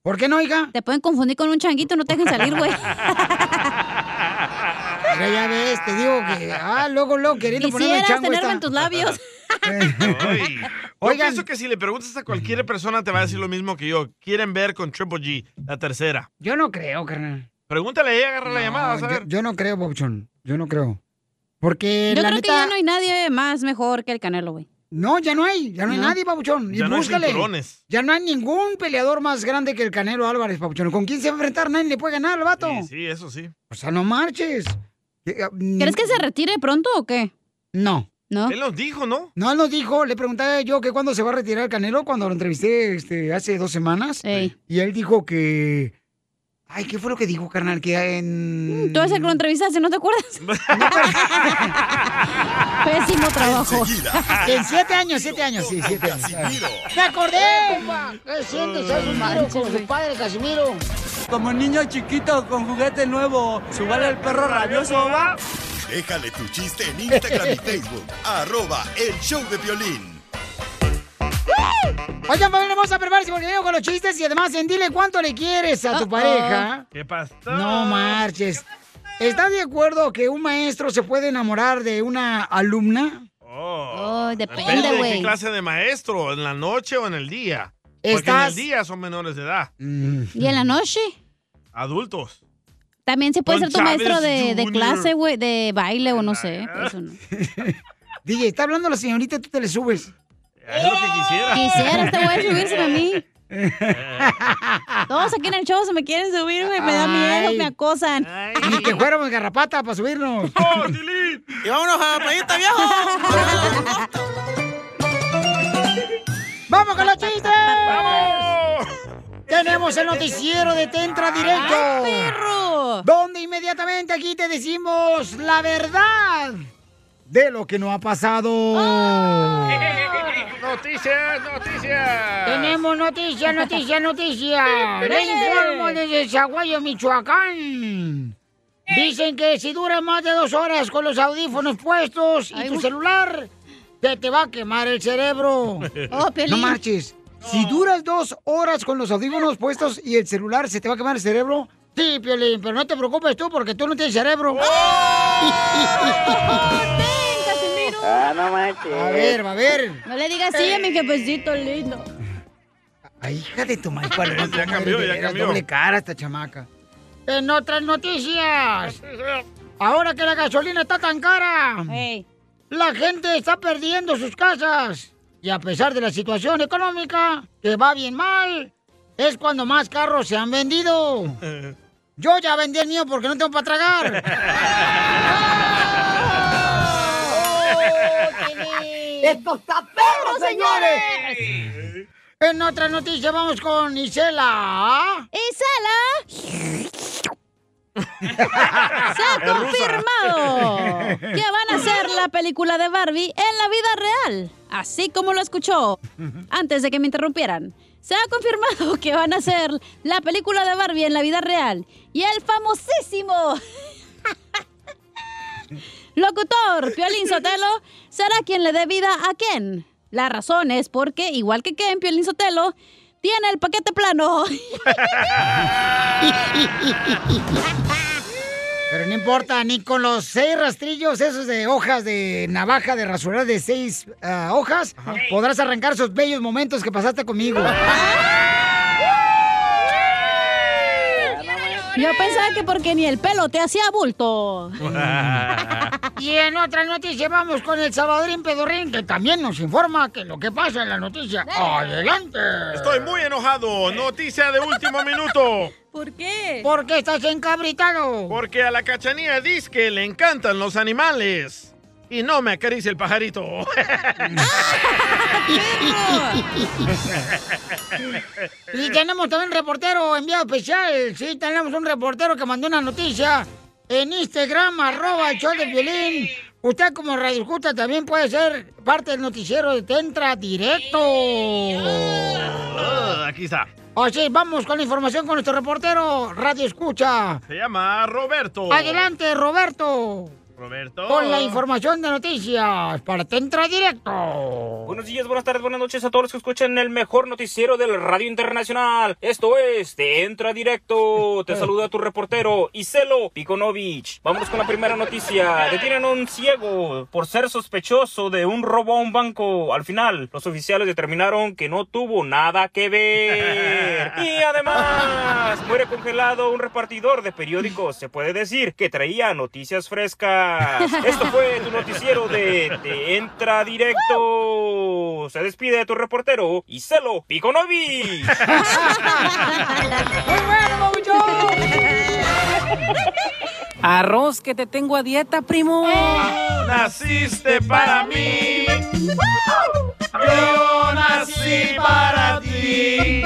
¿Por qué no, hija?
Te pueden confundir con un changuito, no te dejen salir,
*laughs*
güey.
Mira, ya eh, ves, te digo que. Ah, luego, luego, queriendo ponerme el
Quisieras
chango.
tenerme
esta.
en tus
*laughs*
labios.
Ay. Yo pienso que si le preguntas a cualquier persona te va a decir lo mismo que yo. Quieren ver con Triple G, la tercera.
Yo no creo, carnal.
Pregúntale y agarra la llamada, vas a
No,
ver.
yo, yo no creo, Bobchon. Yo no creo. Porque
Yo
la
creo que
neta.
ya no hay nadie más mejor que el Canelo, güey.
No, ya no hay, ya no, hay nadie, Papuchón. Y
Ya no hay
búscale.
cinturones.
ya no hay ningún peleador más grande que el Canelo Álvarez, Papuchón. ¿Con quién se va a enfrentar? Nadie le puede ganar al vato.
Sí, sí, eso sí.
O sea, no marches.
¿Crees
¿Crees
que se retire pronto o qué?
mm. No.
¿No?
Él nos dijo, ¿no?
No, él nos dijo, le preguntaba yo que cuándo se va a retirar el Canelo, cuando lo entrevisté este, hace dos semanas. Y él dijo que... Ay, ¿qué fue lo que dijo, carnal? Que en...
Tú eres el que lo entrevistaste, ¿no te acuerdas? Pésimo trabajo.
*laughs* Que en siete años, siete años, sí, siete años. ¡Me acordé! ¿Qué sientes? ¿Haz un tiro con su padre, Casimiro?
Como niño chiquito con juguete nuevo, subale el perro rabioso, va.
Déjale tu chiste en Instagram y Facebook. arroba el show de violín.
Oigan, familia hermosa, prepárense porque vengo con los chistes y además en dile cuánto le quieres a tu
Uh-oh.
pareja.
¿Qué pasa?
No marches. ¿Estás de acuerdo que un maestro se puede enamorar de una alumna?
Oh,
Depende de qué clase de maestro, en la noche o en el día. Porque en
Estás-
el día son menores de edad.
Mm.
¿Y en la noche?
Adultos.
También se puede
Don
ser tu
Chávez
maestro de, de
Jr..
clase, güey, de baile o no sé. por eso
*laughs*
no.
DJ, está hablando la señorita, tú te le subes.
Es lo que quisiera.
Quisiera este güey subirse a
*laughs*
mí. Todos aquí en el show se me quieren subir, güey. Me da miedo,
Ay.
me acosan. *laughs*
Ni que fuéramos garrapata para
*laughs*
subirnos.
Y vámonos a la playita,
*laughs*
viejo.
¡Vamos con los chistes! Tenemos el noticiero de Tentra Directo. Donde inmediatamente aquí te decimos la verdad de lo que no ha pasado.
Noticias, noticias.
Tenemos
*laughs*
noticia, noticia, noticia. Le informo desde Zaguayo, Michoacán. Dicen que si duras más de dos horas con los audífonos puestos y tu celular, se te va a quemar el
*laughs*
cerebro.
Oh, Piolín.
no marches. Si duras dos horas con los audífonos puestos y el celular, ¿se te va a quemar el cerebro? Sí, Piolín, pero no te preocupes tú porque tú no tienes cerebro. *laughs*
¡Oh!
Ah, no
*laughs*
manches.
A ver, a ver.
No le digas sí a mi jefecito lindo.
Ay, hija de tu madre. ¿cuál es tu
*laughs* Ya
madre?
cambió,
De
ya
veras,
cambió.
Doble cara esta chamaca. En otras noticias. Ahora que la gasolina está tan cara, la gente está perdiendo sus casas. Y a pesar de la situación económica, que va bien mal, es cuando más carros se han vendido. Yo ya vendí el mío porque no tengo para
*laughs*
tragar.
¡Oh, ¡Esto está perro,
señores! En otra noticia vamos con Isela. *laughs*
Isela. Se ha
Es rusa. *laughs*
confirmado que van a hacer la película de Barbie en la vida real, así como lo escuchó antes de que me interrumpieran. Se ha confirmado *laughs* que van a hacer la película de Barbie en la vida real y el famosísimo *laughs* locutor Piolín Sotelo será quien le dé vida a Ken. La razón es porque, igual que Ken, Piolín Sotelo tiene el paquete plano. *laughs*
Pero no importa, ni con los seis rastrillos esos de hojas de navaja de rasurar de seis ah, hojas, podrás arrancar esos bellos momentos que pasaste conmigo.
Ah. Yo pensaba que porque ni el pelo te hacía bulto.
Y en otra noticia vamos con el Salvadorín Pedorrín, que también nos informa que lo que pasa en la noticia. ¡Adelante!
Estoy muy enojado. Noticia de último minuto.
¿Por qué?
¿Por qué estás encabritado?
Porque a la cachanía dice que le encantan los animales. Y no me acaricia el pajarito. *laughs*
Y tenemos también reportero enviado especial. Sí, tenemos un reportero que mandó una noticia en Instagram, arroba el show de violín. Usted como Radio Escucha también puede ser parte del noticiero de Tentra Directo.
Ah, aquí está.
Así, vamos con la información con nuestro reportero Radio Escucha.
Se llama Roberto.
Adelante, Roberto,
Roberto.
con la información de noticias para Tentra Directo.
Buenos días, buenas tardes, buenas noches a todos los que escuchan el mejor noticiero del Radio Internacional. Esto es Te Entra Directo. Te saluda tu reportero Iselo Pikonovich. Vámonos con la primera noticia. Detienen a un ciego por ser sospechoso de un robo a un banco. Al final, los oficiales determinaron que no tuvo nada que ver. Y además, muere congelado un repartidor de periódicos. Se puede decir que traía noticias frescas. Esto fue tu noticiero de Te Entra Directo. Se despide tu reportero Iselo Piconovi.
Arroz que te tengo a dieta, primo.
*laughs* Naciste para mí. Yo nací para ti.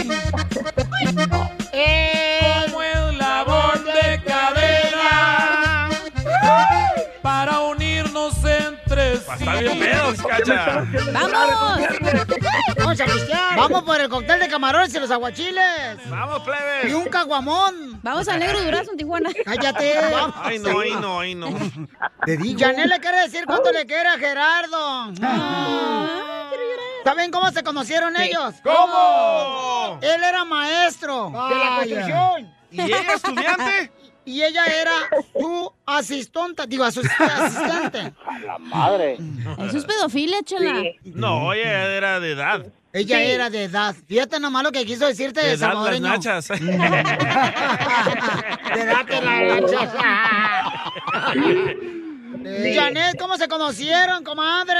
Eh.
Como el labor de cadena
para unirnos entre sí.
Pues Está bien pedo, cacha.
¡Vamos a pistear! ¡Vamos por el cóctel de camarones y los aguachiles!
¡Vamos, plebes!
¡Y un caguamón!
¡Vamos al Negro Durazo en Tijuana!
¡Cállate!
Ay, no, ay, no, ay, no.
Te digo. Janel le quiere decir cuánto le quiere a
Ah,
Gerardo. ¿Saben cómo se conocieron ellos?
¿Cómo?
Él era maestro de la
Vaya.
construcción.
¿Y ella estudiante?
Y ella era su asistente, digo, su asistente.
Madre.
Eso es pedofilia, chela.
No, oye, era de edad.
Ella era de edad. Fíjate nomás lo que quiso decirte
de
de
edad pues, las
salvadoreño.
nachas.
Te date la nachas.
Sí.
Janet, ¿cómo se conocieron, *laughs* comadre?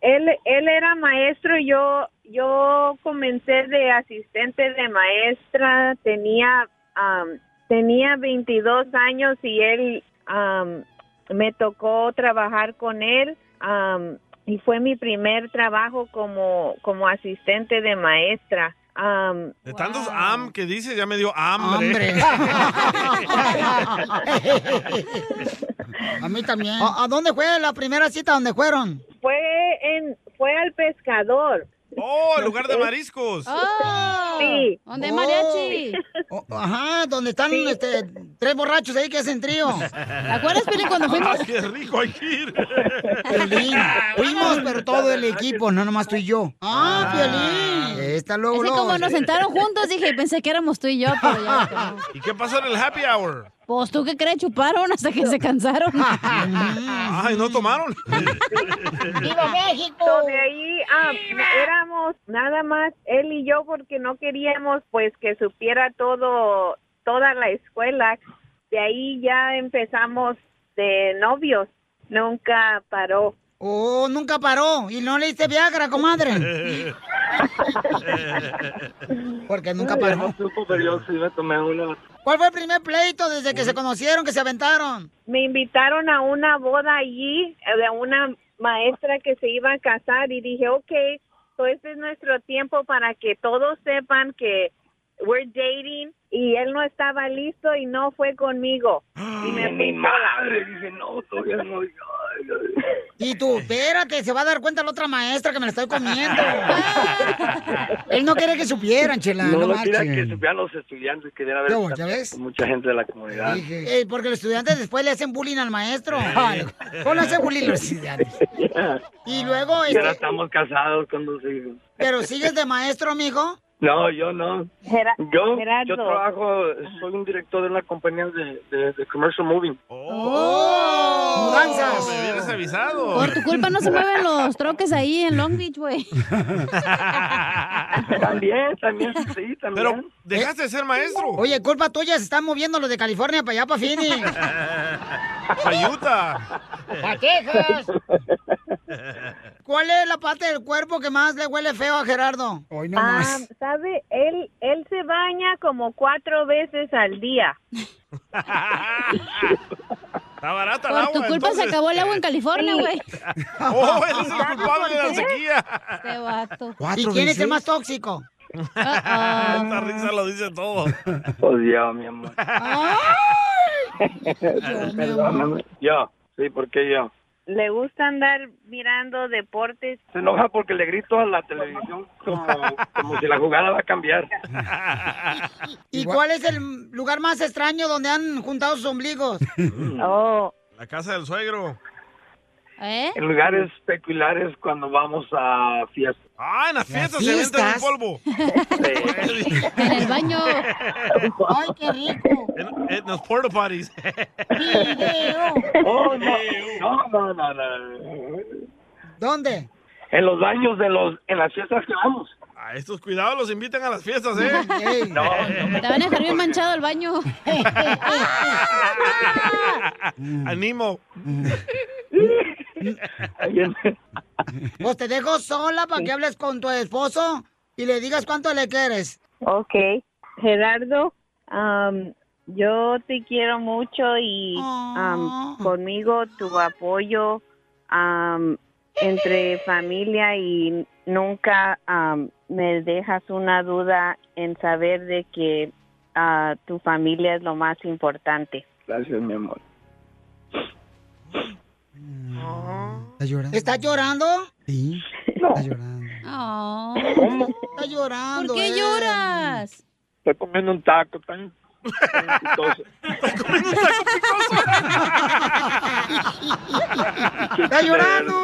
Él, él era maestro y yo, yo comencé de asistente de maestra, tenía, am, tenía 22 años y él, am, me tocó trabajar con él am, y fue mi primer trabajo como, como asistente de maestra. um. Am,
De tantos am que dices, ya me dio hambre.
A mí también. ¿A, a dónde fue la primera cita? ¿Dónde fueron?
Fue en fue al pescador.
Oh, el lugar de mariscos.
sí.
¿Dónde hay mariachi?
Oh, ajá, donde están este, tres borrachos ahí que hacen trío. ¿Te
acuerdas, Pili, cuando fuimos?
¡Ah, qué rico hay que ir!
Piolín. Fuimos, pero todo el equipo, no nomás tú y yo. ¡Ah, Piolín! Está luego,
Es que
luego.
como nos sentaron juntos, dije, pensé que éramos tú y yo, pero ya ves que no.
¿Y qué pasó en el happy hour?
Pues tú qué crees, chuparon hasta que se
*laughs*
cansaron.
Ay, ¿no tomaron?
*laughs* ¡Viva México! de ahí ah, éramos nada más él y yo porque no queríamos pues que supiera todo, toda la escuela. De ahí ya empezamos de novios. Nunca paró.
Oh, nunca paró. Y no le diste Viagra,
*laughs*
comadre. Porque nunca
Ay, ya
paró.
No supo, pero yo sí me tomé uno.
¿Cuál fue el primer pleito desde que se conocieron, que se aventaron?
Me invitaron a una boda allí eh, de una maestra que se iba a casar y dije, ok, so este es nuestro tiempo para que todos sepan que we're dating y él no estaba listo y no fue conmigo. Y me fui
Mi
sola.
madre dice, no, todavía no.
Y tú, espérate, se va a dar cuenta la otra maestra que me la estoy comiendo. Él no quería que supieran, chela, no,
no, no quería
marchen.
que supieran los estudiantes, querían haber
No, ¿ya ves?
mucha gente de la comunidad. *laughs*
Eh, porque los estudiantes después le hacen bullying al maestro. Ay, ¿Cómo le hacen bullying los estudiantes? Y luego,
Y ahora
este,
estamos casados con dos hijos.
pero sigues de maestro, mijo.
*laughs* No, yo no. yo,
Gerardo.
yo trabajo, soy un director de una compañía de, de, de commercial moving.
Oh,
¡Oh! ¡Mudanzas!
Me hubieras avisado.
Por tu culpa no se mueven los troques ahí en Long Beach, güey.
También, también, sí, también.
Pero dejaste de ser maestro.
¿Eh? Oye, culpa tuya se están moviendo los de California para allá, para Phoenix.
Ayuta.
¡A Texas! ¿Cuál es la parte del cuerpo que más le huele feo a Gerardo? Hoy
Ah, ¿sabe? Él, él se baña como cuatro veces al día.
Está barata el
Por
agua.
tu culpa
entonces.
se acabó el agua en California,
Sí.
güey.
*laughs* Oh, él es el culpable de la sequía.
Este vato.
¿Y quién es el más tóxico?
Ah.
Esta risa lo dice
*laughs*
todo.
Odiado, Oh, mi amor. *laughs* Perdóname. Yo, sí, ¿por qué yo?
*laughs* Le gusta andar mirando deportes.
Se enoja porque le grito a la televisión como, como si la jugada va a cambiar.
*laughs*
¿Y cuál es el lugar más extraño donde han juntado sus ombligos?
Oh.
La casa del suegro.
¿Eh?
En lugares peculiares cuando vamos a fiestas.
Ah, en las fiestas se
fiestas.
venden el polvo.
En el baño.
Ay, qué rico.
En, en los porta potties.
Oh, no, no, no, no, no.
¿Dónde?
En los baños de los, en las fiestas que vamos.
A estos cuidados los invitan a las fiestas, ¿eh?
No,
Te van a dejar
*laughs*
bien manchado el baño.
Ah.
Mm. Animo.
Pues te dejo sola para que hables con tu esposo y le digas cuánto le quieres.
Ok. Gerardo, am, yo te quiero mucho y am, conmigo tu apoyo am, entre familia y nunca am, me dejas una duda en saber de que ah, tu familia es lo más importante.
Gracias, mi amor.
¿Está llorando? ¿Está llorando? Sí. Está llorando.
Oh.
Está llorando. eh?
¿Por qué
él.
lloras?
Estoy comiendo un taco tan tan exitoso.
¡Está llorando!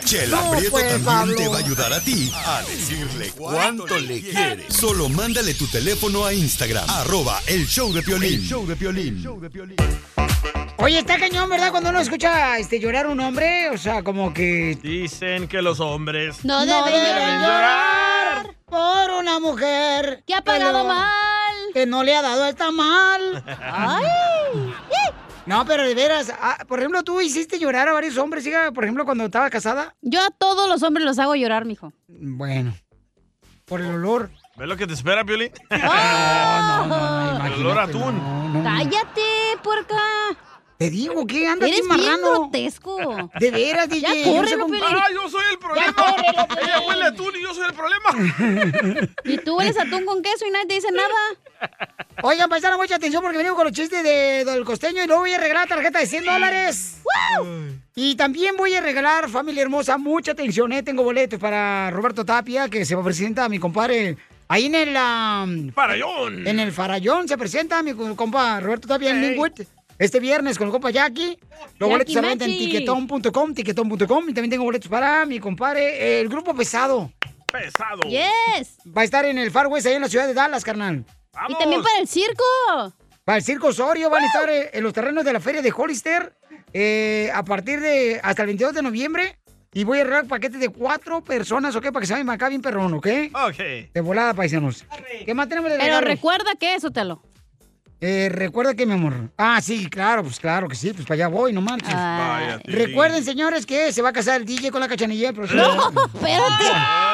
Chela
No,
Prieto
pues,
también
Pablo.
te va a ayudar a ti a decirle cuánto le quiere. Solo mándale tu teléfono a Instagram, arroba el show de Piolín.
El
show de
Oye, está cañón, ¿verdad? Cuando uno escucha este, llorar un hombre, o sea, como que...
Dicen que los hombres
No deben llorar por una mujer
que ha pagado
mal. Que no le ha dado el mal. *laughs* ¡Ay! No, pero de veras, ah, por ejemplo, tú hiciste llorar a varios hombres, ¿sí? por ejemplo, cuando estaba casada.
Yo a todos los hombres los hago llorar, mijo.
Bueno, por el olor.
¿Ves lo que te espera, Piolín?
Oh.
No, no,
El olor a atún.
¡Cállate, puerca!
Te digo, ¿qué anda
Eres
bien
bien
marrano?
grotesco.
De veras,
Ya
DJ, no sé
córrelo,
cómo-
Piolín.
Ah, yo soy el problema. Ella huele a atún y yo soy el
*laughs*
problema.
Y tú eres atún con queso y nadie te dice nada.
Oigan, paisano, mucha atención porque venimos con los chistes de, del costeño y luego voy a regalar tarjeta de 100 dólares. Y también voy a regalar, familia hermosa, mucha atención, ¿eh? Tengo boletos para Roberto Tapia, que se va a presentar a mi compadre. Ahí en el... am,
Farallón.
En el Farallón se presenta mi co- compa Roberto Tapia en Linwood. Este viernes con el compa Jackie.
Jackie
Los boletos se venden en
Machi.
tiquetón.com, tiquetón.com. Y también tengo boletos para mi compadre, el grupo pesado.
Pesado.
¡Yes!
Va a estar en el Far West, ahí en la ciudad de Dallas, carnal.
Y también para el circo.
Para el Circo Osorio van a estar eh, en los terrenos de la Feria de Hollister eh, a partir de hasta el 22 de noviembre. Y voy a arreglar paquetes de cuatro personas, ¿ok? Para que se vayan acá bien perrón, ¿ok?
Ok.
De volada, paisanos. ¿Qué más tenemos de
Pero
regalo?
recuerda que eso te lo.
Eh, recuerda que, mi amor. Ah, sí, claro, pues claro que sí, pues para allá voy, no marches.
Vaya, Piolín.
Recuerden, señores, que se va a casar el DJ con la cachanilla. No,
espérate.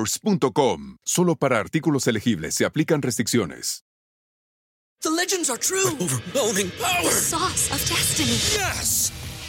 ebaymotors.com. Solo para artículos elegibles se aplican restricciones.
The legends are true. overwhelming power! The sauce of destiny. Yes!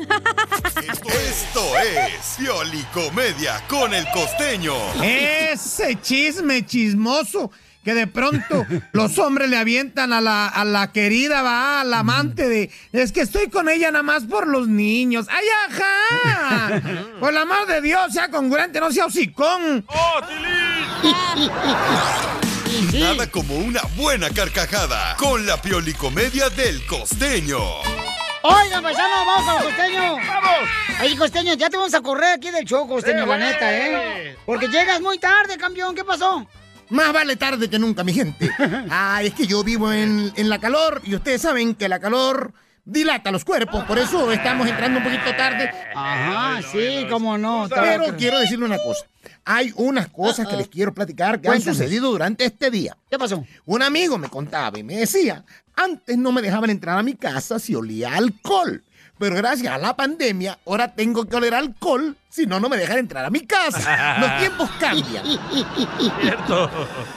Esto es Pioli Comedia con el costeño. Eh.
Ese chisme chismoso que de pronto los hombres le avientan a la, a la querida, va, a la amante de, es que estoy con ella nada más por los niños. ¡Ay, ajá! Por la madre de Dios, sea congruente, no sea hocicón.
¡Oh,
*laughs*
Nada como una buena carcajada con la Pioli Comedia del costeño.
Oigan, paisano, vamos al costeño. ¡Vamos! Ay, costeño, ya te vamos a correr aquí del show, costeño, la neta, ¿eh? Porque llegas muy tarde, campeón, ¿qué pasó?
Más vale tarde que nunca, mi gente. Ah, es que yo vivo en, en la calor y ustedes saben que la calor dilata los cuerpos, por eso estamos entrando un poquito tarde.
Ajá, sí, cómo no.
Pero quiero decirle una cosa. Hay unas cosas que les quiero platicar que han
Ah, Cuéntame.
sucedido durante este día.
¿Qué pasó?
Un amigo me contaba y me decía, antes no me dejaban entrar a mi casa si olía a alcohol. Pero gracias a la pandemia, ahora tengo que oler alcohol, si no, no me dejan entrar a mi casa. Los tiempos
*laughs*
cambian.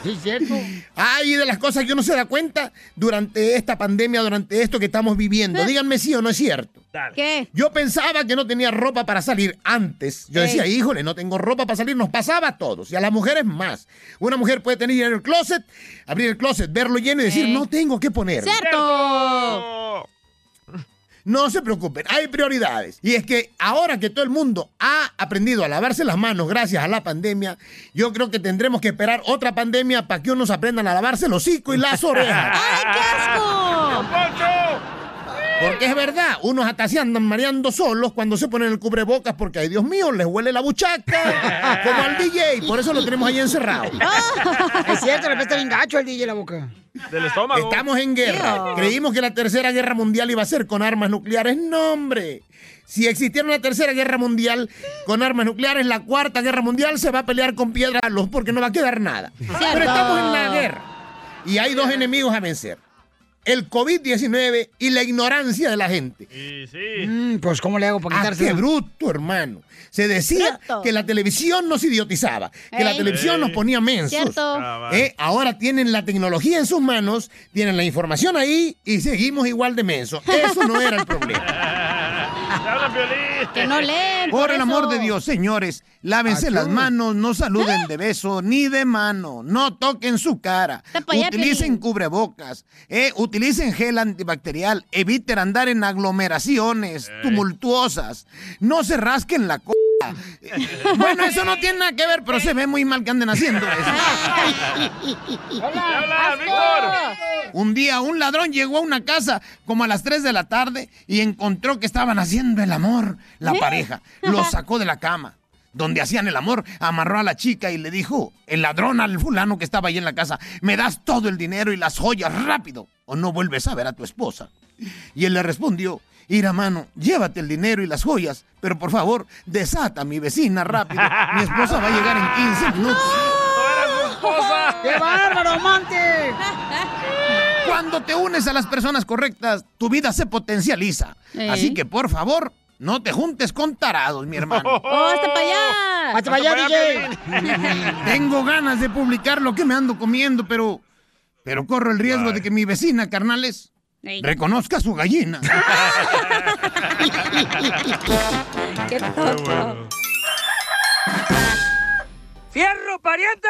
Sí, cierto.
Ay, de las cosas que uno se da cuenta durante esta pandemia, durante esto que estamos
Eh.
viviendo. Díganme si o no es cierto.
¿Qué?
Yo pensaba que no tenía ropa para salir antes.
Eh.
Yo decía,
Ey.
híjole, no tengo ropa para salir. Nos pasaba a todos. Y a las mujeres más. Una mujer puede tener el closet, abrir el closet, verlo lleno y decir,
Eh.
no tengo qué poner.
¡Cierto!
No se preocupen, hay prioridades. Y es que ahora que todo el mundo ha aprendido a lavarse las manos gracias a la pandemia, yo creo que tendremos que esperar otra pandemia para que unos aprendan a lavarse el hocico y
*laughs*
las orejas.
¡Ay, qué asco!
Porque es verdad, unos hasta se andan mareando solos cuando se ponen el cubrebocas porque, ay Dios mío, les huele la buchaca como al DJ. Por eso lo tenemos ahí encerrado.
*laughs* Es cierto, le pesta bien gacho el DJ la boca.
Del estómago.
Estamos en guerra.
Ew.
Creímos que la tercera guerra mundial iba a ser con armas nucleares. No, hombre. Si existiera una tercera guerra mundial con armas nucleares, la cuarta guerra mundial se va a pelear con piedra a los porque no va a quedar nada. Pero estamos en la guerra. Y hay dos enemigos a vencer. El COVID-19 y la ignorancia de la gente.
Y sí.
Mm.
pues, ¿cómo le hago para
quitárselo?
¡Qué bruto, hermano! Se decía
Bruto.
que la televisión nos idiotizaba, que la
Ey.
televisión nos
Ey.
ponía mensos.
Cierto. Cabal.
Eh, Ahora tienen la tecnología en sus manos, tienen la información ahí y seguimos igual de mensos. Eso no era el
*laughs*
problema.
Que no leen.
Por el
eso. ¿Eh?
amor de Dios, señores, lávense las manos, no saluden de beso ni de mano, no toquen su cara,
pa' allá,
utilicen cubrebocas, eh, utilicen gel antibacterial, eviten andar en aglomeraciones tumultuosas, no se rasquen la cola. bueno, eso no tiene nada que ver, pero se ve muy mal que anden haciendo eso.
pues,
¡Hola, Víctor!
Un día un ladrón llegó a una casa como a las 3 de la tarde y encontró que estaban haciendo el amor la
¿Eh?
pareja. Lo sacó de la cama. Donde hacían el amor, amarró a la chica y le dijo, el ladrón al fulano que estaba ahí en la casa, me das todo el dinero y las joyas rápido o no vuelves a ver a tu esposa. Y él le respondió, ira mano, llévate el dinero y las joyas, pero por favor, desata a mi vecina rápido. Mi esposa va a llegar en 15 minutos.
*laughs* ¡Qué bárbaro, amante!
Cuando te unes a las personas correctas, tu vida se potencializa.
Sí.
Así que, por favor, no te juntes con tarados, mi hermano.
¡Oh, hasta para allá!
Hasta para allá, DJ. Tengo ganas de publicar lo que me ando comiendo, pero. Pero corro el riesgo de que mi vecina, carnales,
reconozca su gallina.
*laughs*
*laughs*
Qué
bueno.
¡Fierro, pariente!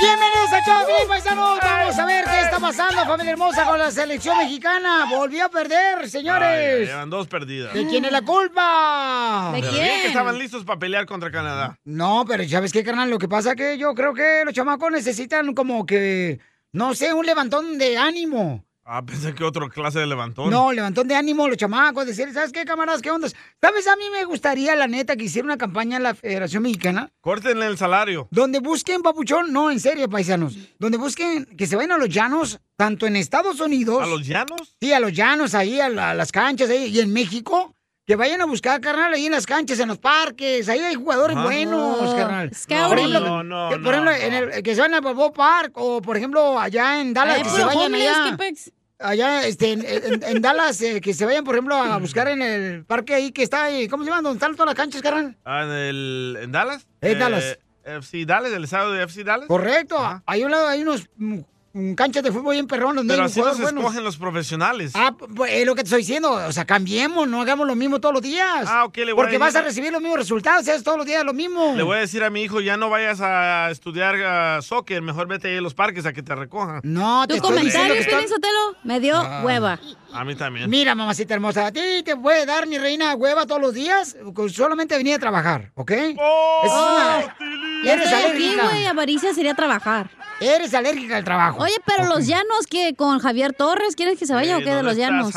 Bienvenidos a Choplin, paisanos. Vamos a ver qué está pasando, familia hermosa, con la selección mexicana. Volvió a perder,
Ay,
señores.
llevan dos perdidas.
¿De quién es la culpa?
Pero bien que estaban listos para pelear contra Canadá.
No, pero ¿sabes qué, carnal? Lo que pasa que yo creo que los chamacos necesitan como que, no sé, un levantón de ánimo.
Ah, pensé que otro clase de levantón.
No, levantón de ánimo los chamacos, decir, ¿sabes qué, camaradas? ¿Qué ondas? ¿Sabes? A mí me gustaría, la neta, que hiciera una campaña en la Federación Mexicana.
Córtenle el salario.
Donde busquen, papuchón, no, en serio, paisanos. Donde busquen que se vayan a los llanos, tanto en Estados Unidos. ¿A los
llanos?
Sí, a los llanos, ahí, a, la- a las canchas, ahí. Y en México, que vayan a buscar, carnal, ahí en las canchas, en los parques. Ahí hay jugadores
Ajá.
buenos,
Ah, No,
carnal.
scouting.
Por ejemplo,
No, no,
que,
no,
por ejemplo
no.
en el- que se vayan a Bobo Park o, por ejemplo, allá en Dallas,
Ay,
que se
Eh, puro
vayan
homeless,
allá.
¿qué pex?
Allá, este, en, en- en Dallas, eh, que se vayan, por ejemplo, a buscar en el parque ahí que está, ahí, ¿cómo se llama? ¿Dónde están todas las canchas, carnal?
Ah, en, el- en Dallas?
En Eh, Dallas.
FC Dallas, el estado de FC Dallas.
Correcto. Hay un lado, hay unos mm, mm, canchas de fútbol bien perrón donde
Pero
hay
así los
jugadores buenos.
escogen los profesionales.
Ah, pues, es lo que te estoy diciendo. O sea, cambiemos, no hagamos lo mismo todos los días.
Ah, ok, le voy
Porque
a
vas a
decir-
recibir los mismos resultados, es todos los días lo mismo.
Le voy a decir a mi hijo, ya no vayas a estudiar ah, soccer, mejor vete ahí a los parques a que te recojan.
No, te
Tu
estoy diciendo
comentario,
que está-
Piolín Sotelo, me dio
Ah.
hueva.
A mí también.
Mira, mamacita hermosa, a ti te puede dar mi reina hueva todos los días con solamente venir a trabajar, ¿ok?
Oh,
Esa es una-
Ya
Eres
estoy aquí,
alérgica.
güey. Avaricia sería trabajar.
Eres alérgica al trabajo.
Oye, pero los llanos, que ¿Con Javier Torres? ¿Quieres que se
Eh,
vaya o qué de los llanos?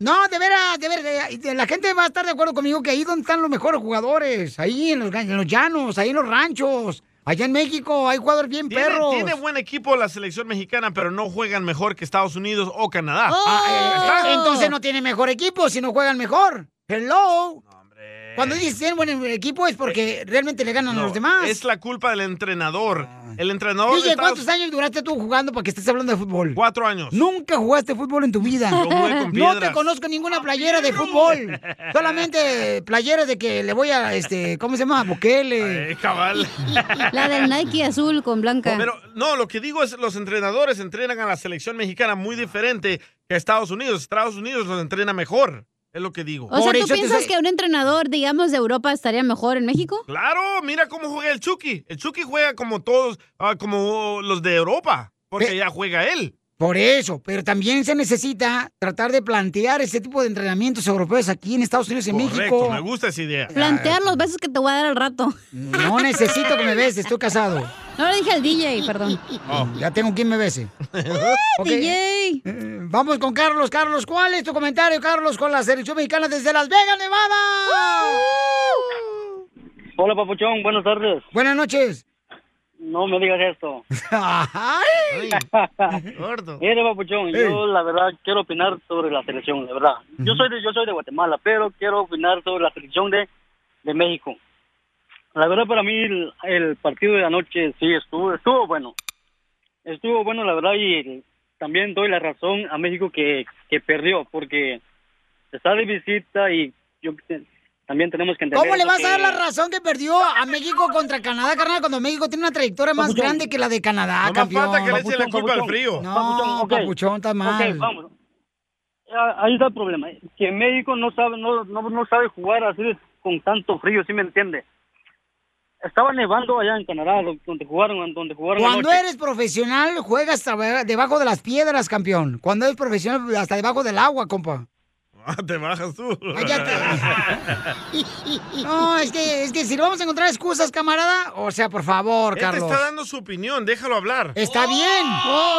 No, de veras, de veras. eh, La gente va a estar de acuerdo conmigo que ahí donde están los mejores jugadores. Ahí en los, ga- en los llanos, ahí en los ranchos. Allá en México hay jugadores bien
Tiene,
perros.
tiene buen equipo la selección mexicana, pero no juegan mejor que Estados Unidos o Canadá.
Ah,
¡Oh!
eh, entonces no tiene mejor equipo si no juegan mejor. Hello. Cuando dices tienen buen equipo es porque realmente le ganan a los demás.
Eh, Es la culpa del entrenador. El entrenador. de
Oye,
Estados-
¿cuántos años duraste tú jugando para que estés hablando de fútbol?
Cuatro años.
Nunca jugaste fútbol en tu vida.
Yo jugué con
*laughs* no te
piedras. Ah,
conozco ninguna playera de
*laughs*
fútbol. Solamente playeras de que le voy a, este, ¿cómo se llama? Bukele.
Eh, cabal.
La del Nike azul con blanca.
Pero no, lo que digo es los entrenadores entrenan a la selección mexicana muy diferente que a Estados Unidos. Estados Unidos los entrena mejor. Es lo que digo.
o sea, ¿tú piensas que un entrenador, digamos, de Europa estaría mejor en México?
Claro, mira cómo juega el Chucky. El Chucky juega como todos, ah, como los de Europa, porque ya juega él.
Por eso, pero también se necesita tratar de plantear ese tipo de entrenamientos europeos aquí en Estados Unidos y en
Correcto,
México. Ah,
me gusta esa idea. *laughs*
Plantear los besos que te voy a dar al rato.
No necesito que me beses, estoy casado.
No le dije al DJ,
*laughs*
perdón.
Oh.
Ya tengo quien me bese. Ok.
DJ.
Eh, Vamos con Carlos. Carlos, ¿cuál es tu comentario, Carlos, con la selección mexicana desde Las Vegas, Nevada?
Hola, papuchón, buenas tardes.
Buenas noches.
No me digas esto.
¡Ay!
Gordo.
Mire, papuchón, yo
Ey.
la verdad quiero opinar sobre la selección, la verdad. Yo soy de, yo soy de Guatemala, pero quiero opinar sobre la selección de, de México. La verdad para mí el, el partido de anoche sí estuvo estuvo bueno. Estuvo bueno, la verdad, y el- también doy la razón a México que, que perdió, porque está de visita y yo también tenemos que entender...
¿Cómo le
eso
vas a dar
que-
la razón que perdió a México contra Canadá, carnal, cuando México tiene una trayectoria más grande que la de Canadá,
No más
campeón?
falta que le eche la culpa al frío.
No,
Papuchón, ok.
papuchón, está mal.
Ok, vamos. Ah, Ahí está el problema. Que México no sabe, no, no, no sabe jugar así de- con tanto frío, ¿sí me entiende? Estaba nevando allá en Canadá, lo- donde jugaron, donde jugaron.
Cuando
anoche.
eres profesional, juegas traba- debajo de las piedras, campeón. Cuando eres profesional, hasta debajo del agua, compa.
Ah, te bajas tú.
No, es que, es que si no vamos a encontrar excusas, camarada, o sea, por favor,
Él te
Carlos.
está dando su opinión, déjalo hablar.
Está bien,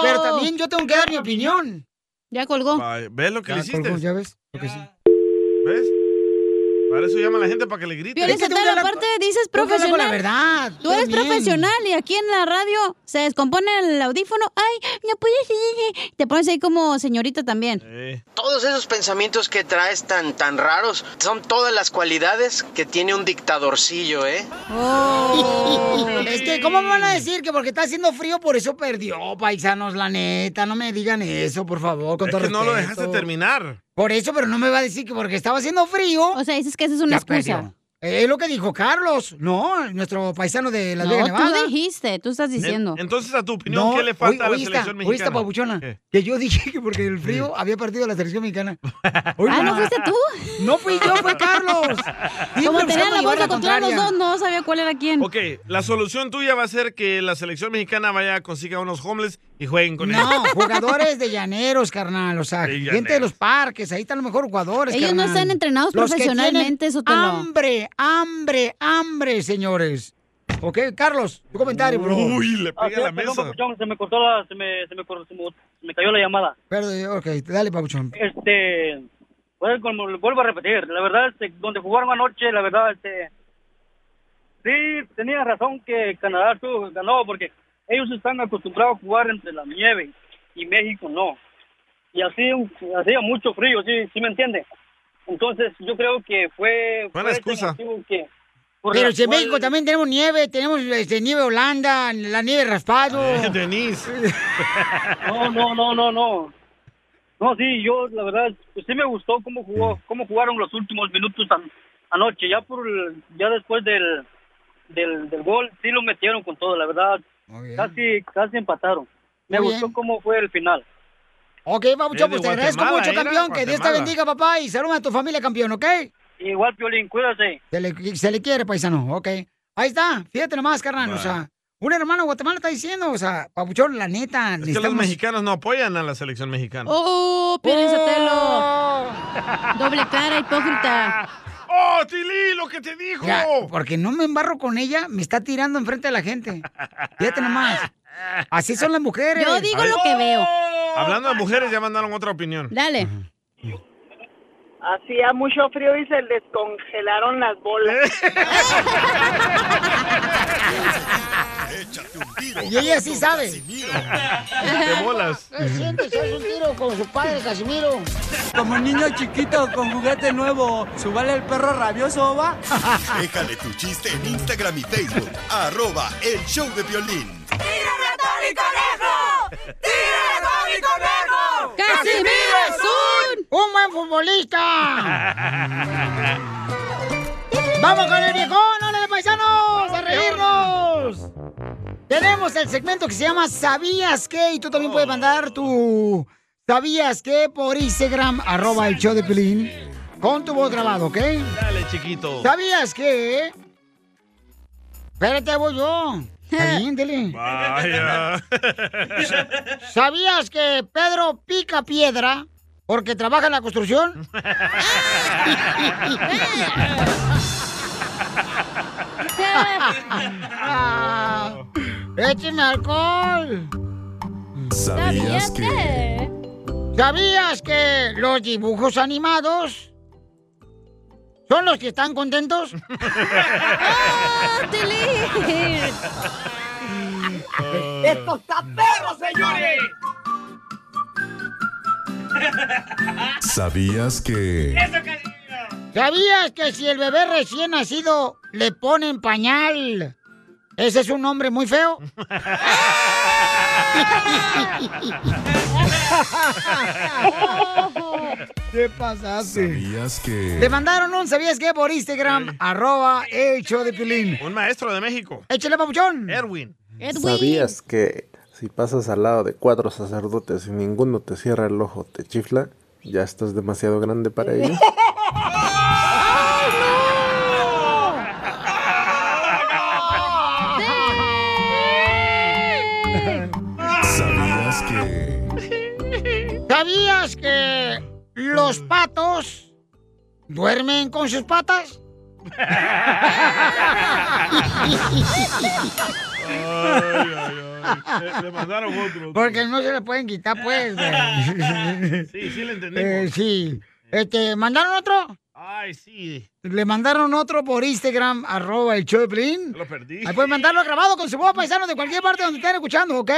pero también yo tengo que dar mi opinión.
Oh. Ya colgó.
Ay, ¿Ves lo que le hiciste?
¿Ya ves? Lo que sí.
¿Ves? Para eso llama a la gente para que le grite.
Piolín Sotelo, aparte dices
tengo que hablar con
profesional.
la verdad,
Tú eres
también.
profesional y aquí en la radio se descompone el audífono. Ay, no puedes. Te pones ahí como señorita también.
Eh,
Todos esos pensamientos que traes tan, tan raros son todas las cualidades que tiene un dictadorcillo, ¿eh?
es que, ¿cómo me van a decir que porque está haciendo frío por eso perdió, paisanos? La neta, no me digan eso, por favor, con
Es
todo
que no lo
respeto.
dejaste terminar.
Por eso, pero no me va a decir que porque estaba haciendo frío. O
sea, dices que esa es una excusa.
Eh, Es lo que dijo Carlos, no, nuestro paisano de Las
No,
Vegas,
tú
Nevada.
dijiste, tú estás diciendo.
Entonces, a tu opinión,
No,
¿qué le falta
oí-
a la
oíste,
selección mexicana?
oíste, papuchona, que yo dije que porque el frío había partido la selección mexicana.
Ah, ¿no fuiste tú?
No fui yo, fue
*laughs*
*laughs*
Carlos.
Como
pensando
tenían la
llevar
bolsa
la
contra los
contraria.
dos, no sabía cuál era quién.
Ok, la solución tuya va a ser que la selección mexicana vaya, consiga unos homeless y jueguen con *laughs*
No,
ellos.
*laughs* jugadores de llaneros, carnal. O sea, gente de los parques, ahí están los mejores jugadores.
Ellos no
carnal.
están entrenados
Los que
profesionalmente,
tienen
Sotelo.
Hambre, hambre, hambre, señores. Ok, Carlos, tu comentario, bro.
Uy, le
Ah, sí, perdón, papuchón, se me cortó la, se me, se me cor- se me- se me cayó la llamada.
Perdón, ok, dale, papuchón.
este pues, como lo vuelvo a repetir la verdad este, donde jugaron anoche la verdad este sí tenía razón que Canadá estuvo- ganó porque ellos están acostumbrados a jugar entre la nieve y México no y así hacía mucho frío sí sí me entiende entonces yo creo que fue
Buena
fue ese
excusa.
motivo que por
Pero
la
si en
cual-
México también tenemos nieve, tenemos este, nieve Holanda, la nieve raspado.
*laughs*
*laughs*
Denise.
No, no, no, no, no. No, sí, yo la verdad, pues sí me gustó cómo jugó, cómo jugaron los últimos minutos an- anoche. Ya por el- ya después del, del, del gol, sí lo metieron con todo, la verdad. Casi, casi empataron. Me
Muy
gustó
bien.
cómo fue el final.
Ok, papuchón, pues te agradezco mucho, campeón. Que Dios te bendiga, papá, y saluda a tu familia, campeón, ¿ok?
Igual, Piolín, cuídate.
Se le, se le quiere, paisano, ok. Ahí está, fíjate nomás, carnal, o
Va.
sea, un hermano de Guatemala está diciendo, o sea, papuchón, la neta,
Es que los mexicanos no apoyan a la selección mexicana.
¡Oh, Pielinsotelo! Doble cara, hipócrita.
¡Oh, Tilly, lo que te dijo!
Ya, porque no me embarro con ella, me está tirando enfrente de la gente. Fíjate nomás. Así son las mujeres.
Yo digo lo que veo.
Hablando de mujeres, ya mandaron otra opinión.
Dale.
Hacía mucho frío y se les congelaron las bolas.
Y ella sí sabe. *laughs*
De bolas.
¿Qué sientes? ¿Haz un tiro con su padre, Casimiro?
Como niño chiquito con juguete nuevo, ¿subale el perro rabioso, va?
Déjale tu chiste en Instagram y Facebook. arroba el show de violín.
¡Casimiro es un... ¡Un buen futbolista! ¡Vamos con el viejón! ¡Hola, paisanos! ¡A reírnos! Tenemos el segmento que se llama ¿Sabías qué? Y tú también puedes mandar tu ¿Sabías qué? por Instagram, arroba el show de Pelín, con tu voz grabado, ¿ok?
Dale, chiquito.
¿Sabías qué? Espérate, voy *laughs* yo. Está bien, dile.
Vaya.
¿Sabías que Pedro pica piedra porque trabaja en la
*laughs*
construcción? *laughs* Ah, ¡Écheme alcohol!
¿Sabías que?
¿Sabías que los dibujos animados son los que
*laughs*
están contentos? ¡Oh,
¡Esto está perro, señores!
¿Sabías que?
¿Sabías que si el bebé recién nacido le ponen pañal, ese es un hombre muy
*laughs*
feo? ¿Qué pasaste?
¿Sabías
Te
que?
mandaron un ¿Sabías qué? por Instagram, arroba el show de Pilín.
Un maestro de México.
Échale, papuchón.
Erwin.
¿Sabías que si pasas al lado de cuatro sacerdotes y ninguno te cierra el ojo, te chifla? ¿Ya estás demasiado grande para ellos?
¿Sabías que?
¿Sabías que los patos duermen con sus patas?
Le mandaron otro.
Porque no se le pueden quitar, pues. güey.
*laughs* Sí, sí le entendemos.
Eh, sí. Este, ¿mandaron otro?
Ay, sí.
Le mandaron otro por Instagram, arroba el show de Piolín.
Lo perdí.
Ahí pueden mandarlo grabado con su voz, paisano, de cualquier parte donde estén escuchando, ¿ok?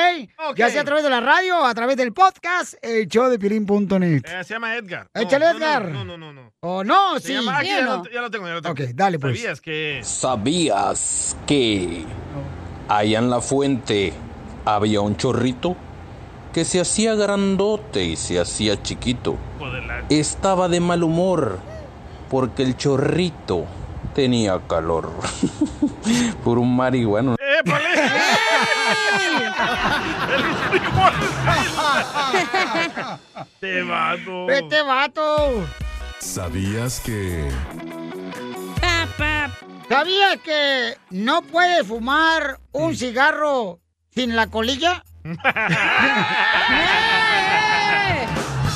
Ok.
Ya sea a través de la radio, a través del podcast, el show de Piolín.net.
Eh, se llama Edgar.
Échale,
No, no,
Edgar.
No, no, no. no.
¿O no?
Se
Sí.
llama- aquí ya, lo, ya lo tengo, ya lo tengo.
Ok, dale, pues.
¿Sabías que?
¿Sabías que allá en la fuente había un chorrito que se hacía grandote y se hacía chiquito? Estaba de mal humor porque el chorrito
tenía
*laughs*
calor. Por un marihuano.
¡Épale! ¡Te vato!
¡Vete, vato!
¿Sabías que...
¿Sabías que no puedes fumar
Mm.
un cigarro sin la colilla?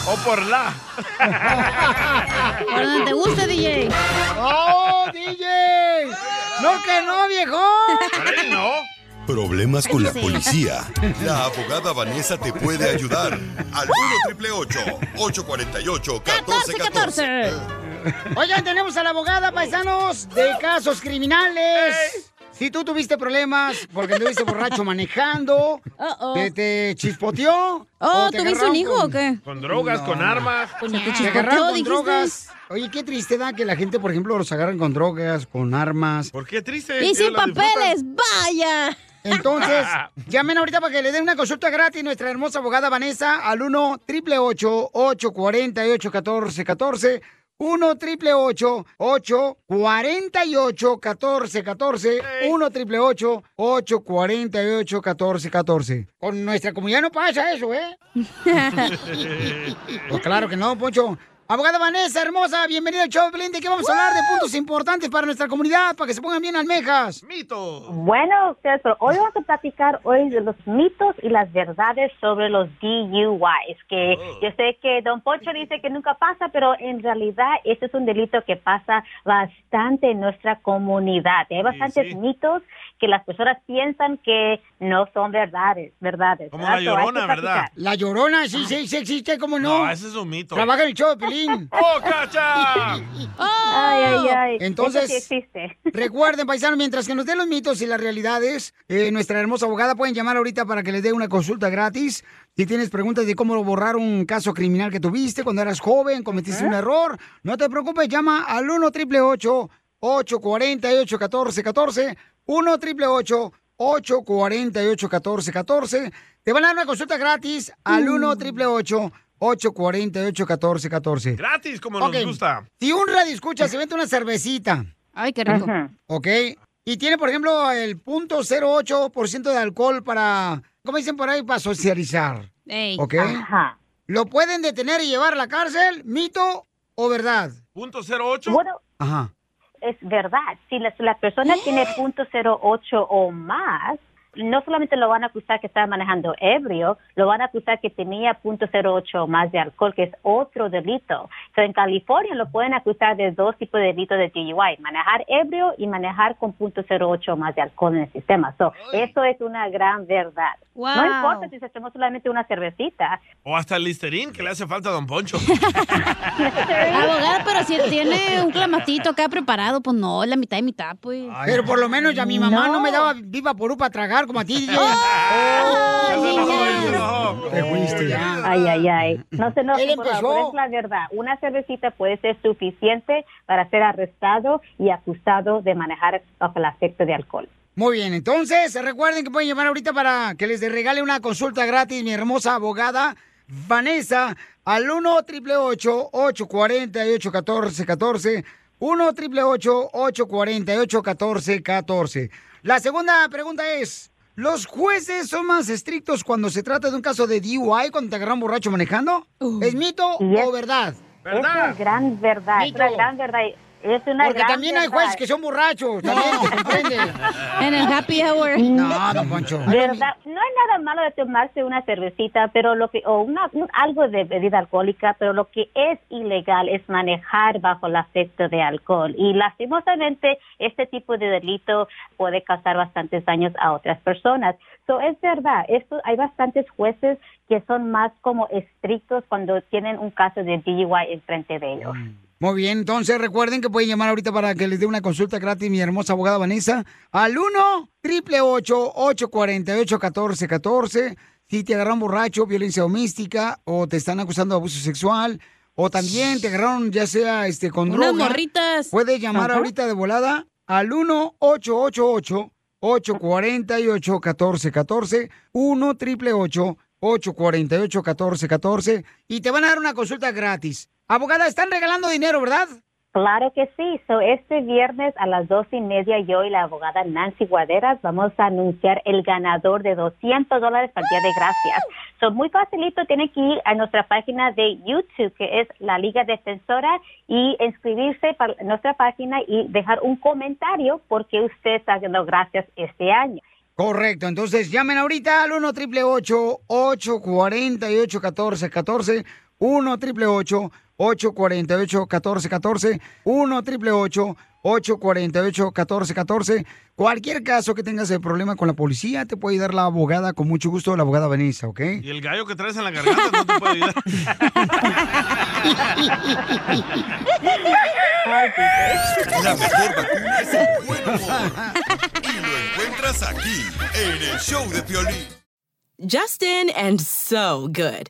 O por la.
Por donde te guste, DJ.
¡Oh, DJ! ¡No que no, viejo!
no!
Problemas con la
Sí.
policía. La abogada Vanessa te puede ayudar. Al 1 848 1414
Oigan, tenemos a la abogada, paisanos, de casos criminales. Si tú tuviste problemas porque anduviste borracho manejando,
Uh-oh.
te, te chispoteó.
Oh,
o te
¿tuviste un
agarraron
hijo
con-
o qué?
Con drogas, con armas.
Cuando te
Te
chispoteó,
agarraron con
dijiste.
drogas. Oye, qué triste da que la gente, por ejemplo, los agarran con drogas, con armas.
¿Por qué triste?
Y
Ellos
sin
la disfrutan.
papeles, vaya.
*laughs*
Entonces, llamen ahorita para que le den una consulta gratis nuestra hermosa abogada Vanessa al 1 888 848 1414 1 888 848 1414 1 888 848 1414 Con nuestra comunidad no pasa eso, ¿eh? *laughs* Pues claro que no, Poncho. Abogada Vanessa, hermosa, bienvenida al show, Pelín, ¿De qué vamos a hablar? De puntos importantes para nuestra comunidad, para que se pongan bien almejas.
Mito.
Bueno, ustedes, pero hoy vamos a platicar hoy de los mitos y las verdades sobre los DUIs, que
Oh.
yo sé que Don Pocho dice que nunca pasa, pero en realidad este es un delito que pasa bastante en nuestra comunidad. Hay bastantes mitos que las personas piensan que no son verdades, verdades.
Como la
So, hay que
Llorona, ¿verdad?
platicar.
La llorona, sí, sí, sí existe, ¿cómo no?
No, ese es un mito.
Trabaja en el show de Pelín.
¡Oh,
*laughs*
cacha!
Oh,
Ay, ay, ay.
Entonces,
Eso sí existe.
*laughs* recuerden, paisanos, mientras que nos den los mitos y las realidades, eh, nuestra hermosa abogada pueden llamar ahorita para que les dé una consulta gratis. Si tienes preguntas de cómo borrar un caso criminal que tuviste cuando eras joven, cometiste un error, no te preocupes, llama al 1 888 848 1414 1 888 848 1414 Te van a dar una consulta gratis al 1 888 848 1414
Gratis, como nos
Ok.
gusta.
Si un radio escucha, se vende una cervecita.
Ay, qué
rico.
Ok. Y tiene, por ejemplo, el punto 08% de alcohol para, ¿cómo dicen por ahí? Para socializar.
Ey.
¿Ok? ¿Lo pueden detener y llevar a la cárcel? ¿Mito o verdad?
Punto 08.
Bueno,
Ajá.
es verdad. Si la, si la persona tiene punto 08 o más, no solamente lo van a acusar que estaba manejando ebrio, lo van a acusar que tenía punto 08 o más de alcohol, que es otro delito. Entonces, en California lo pueden acusar de dos tipos de delitos de DUI, manejar ebrio y manejar con punto 08 o más de alcohol en el sistema. So, eso es una gran verdad. No
Wow.
importa si se tomó solamente una cervecita.
O hasta el listerín que le hace falta a Don Poncho.
Abogada, pero si tiene un clamatito acá preparado, pues no, la mitad y mitad, pues.
Pero por lo menos ya mi mamá no, me daba viva por para tragar como a ti. DJ. ¡Oh, niña! Te fuiste ya.
Ay, ay, ay. No se nos
Él
por favor, ¿eh?
empezó.
es la verdad. Una cervecita puede ser suficiente para ser arrestado y acusado de manejar bajo el afecto de alcohol.
Muy bien, entonces recuerden que pueden llamar ahorita para que les regale una consulta gratis mi hermosa abogada Vanessa al 1 888 848 1414 1 888 848 1414 La segunda pregunta es, ¿los jueces son más estrictos cuando se trata de un caso de DUI cuando te agarran borracho manejando? ¿Es mito o verdad?
Es una gran verdad. Es una gran verdad. Es una
Porque
gran
también hay
verdad.
jueces que son borrachos, también, ¿comprende?
*laughs* En el happy hour.
No, don Poncho.
¿Verdad? No hay nada malo de tomarse una cervecita, pero lo que o una, un- algo de bebida alcohólica, pero lo que es ilegal es manejar bajo el afecto de alcohol. Y lastimosamente este tipo de delito puede causar bastantes daños a otras personas. So, es verdad, esto, hay bastantes jueces que son más como estrictos cuando tienen un caso de DUI enfrente de ellos.
Muy bien, entonces recuerden que pueden llamar ahorita para que les dé una consulta gratis mi hermosa abogada Vanessa al 1 848 1414 Si te agarraron borracho, violencia doméstica o te están acusando de abuso sexual o también te agarraron ya sea este con
Unas
droga,
morritas.
Puedes llamar
Ajá.
ahorita de volada al 1 888 848 1414 1 888 848 1414 y te van a dar una consulta gratis. Abogada, están regalando dinero, ¿verdad?
Claro que sí. So, este viernes a las dos y media, yo y la abogada Nancy Guaderas vamos a anunciar el ganador de 200 dólares para el Día de Gracias. So, muy facilito, tienen que ir a nuestra página de YouTube, que es la Liga Defensora, y inscribirse para nuestra página y dejar un comentario porque usted está dando gracias este año.
Correcto, entonces llamen ahorita al 1 888 848 1414 1 888 848 1414 1 888 848 1414 Cualquier caso que tengas el problema con la policía, te puede ayudar la abogada con mucho gusto, la abogada Vanessa, ¿ok?
Y el gallo que traes en la garganta no te puede ayudar.
*laughs*
La mejor vacuna es el buen humor. Y lo encuentras aquí, en el show de Piolín.
Justin and so good.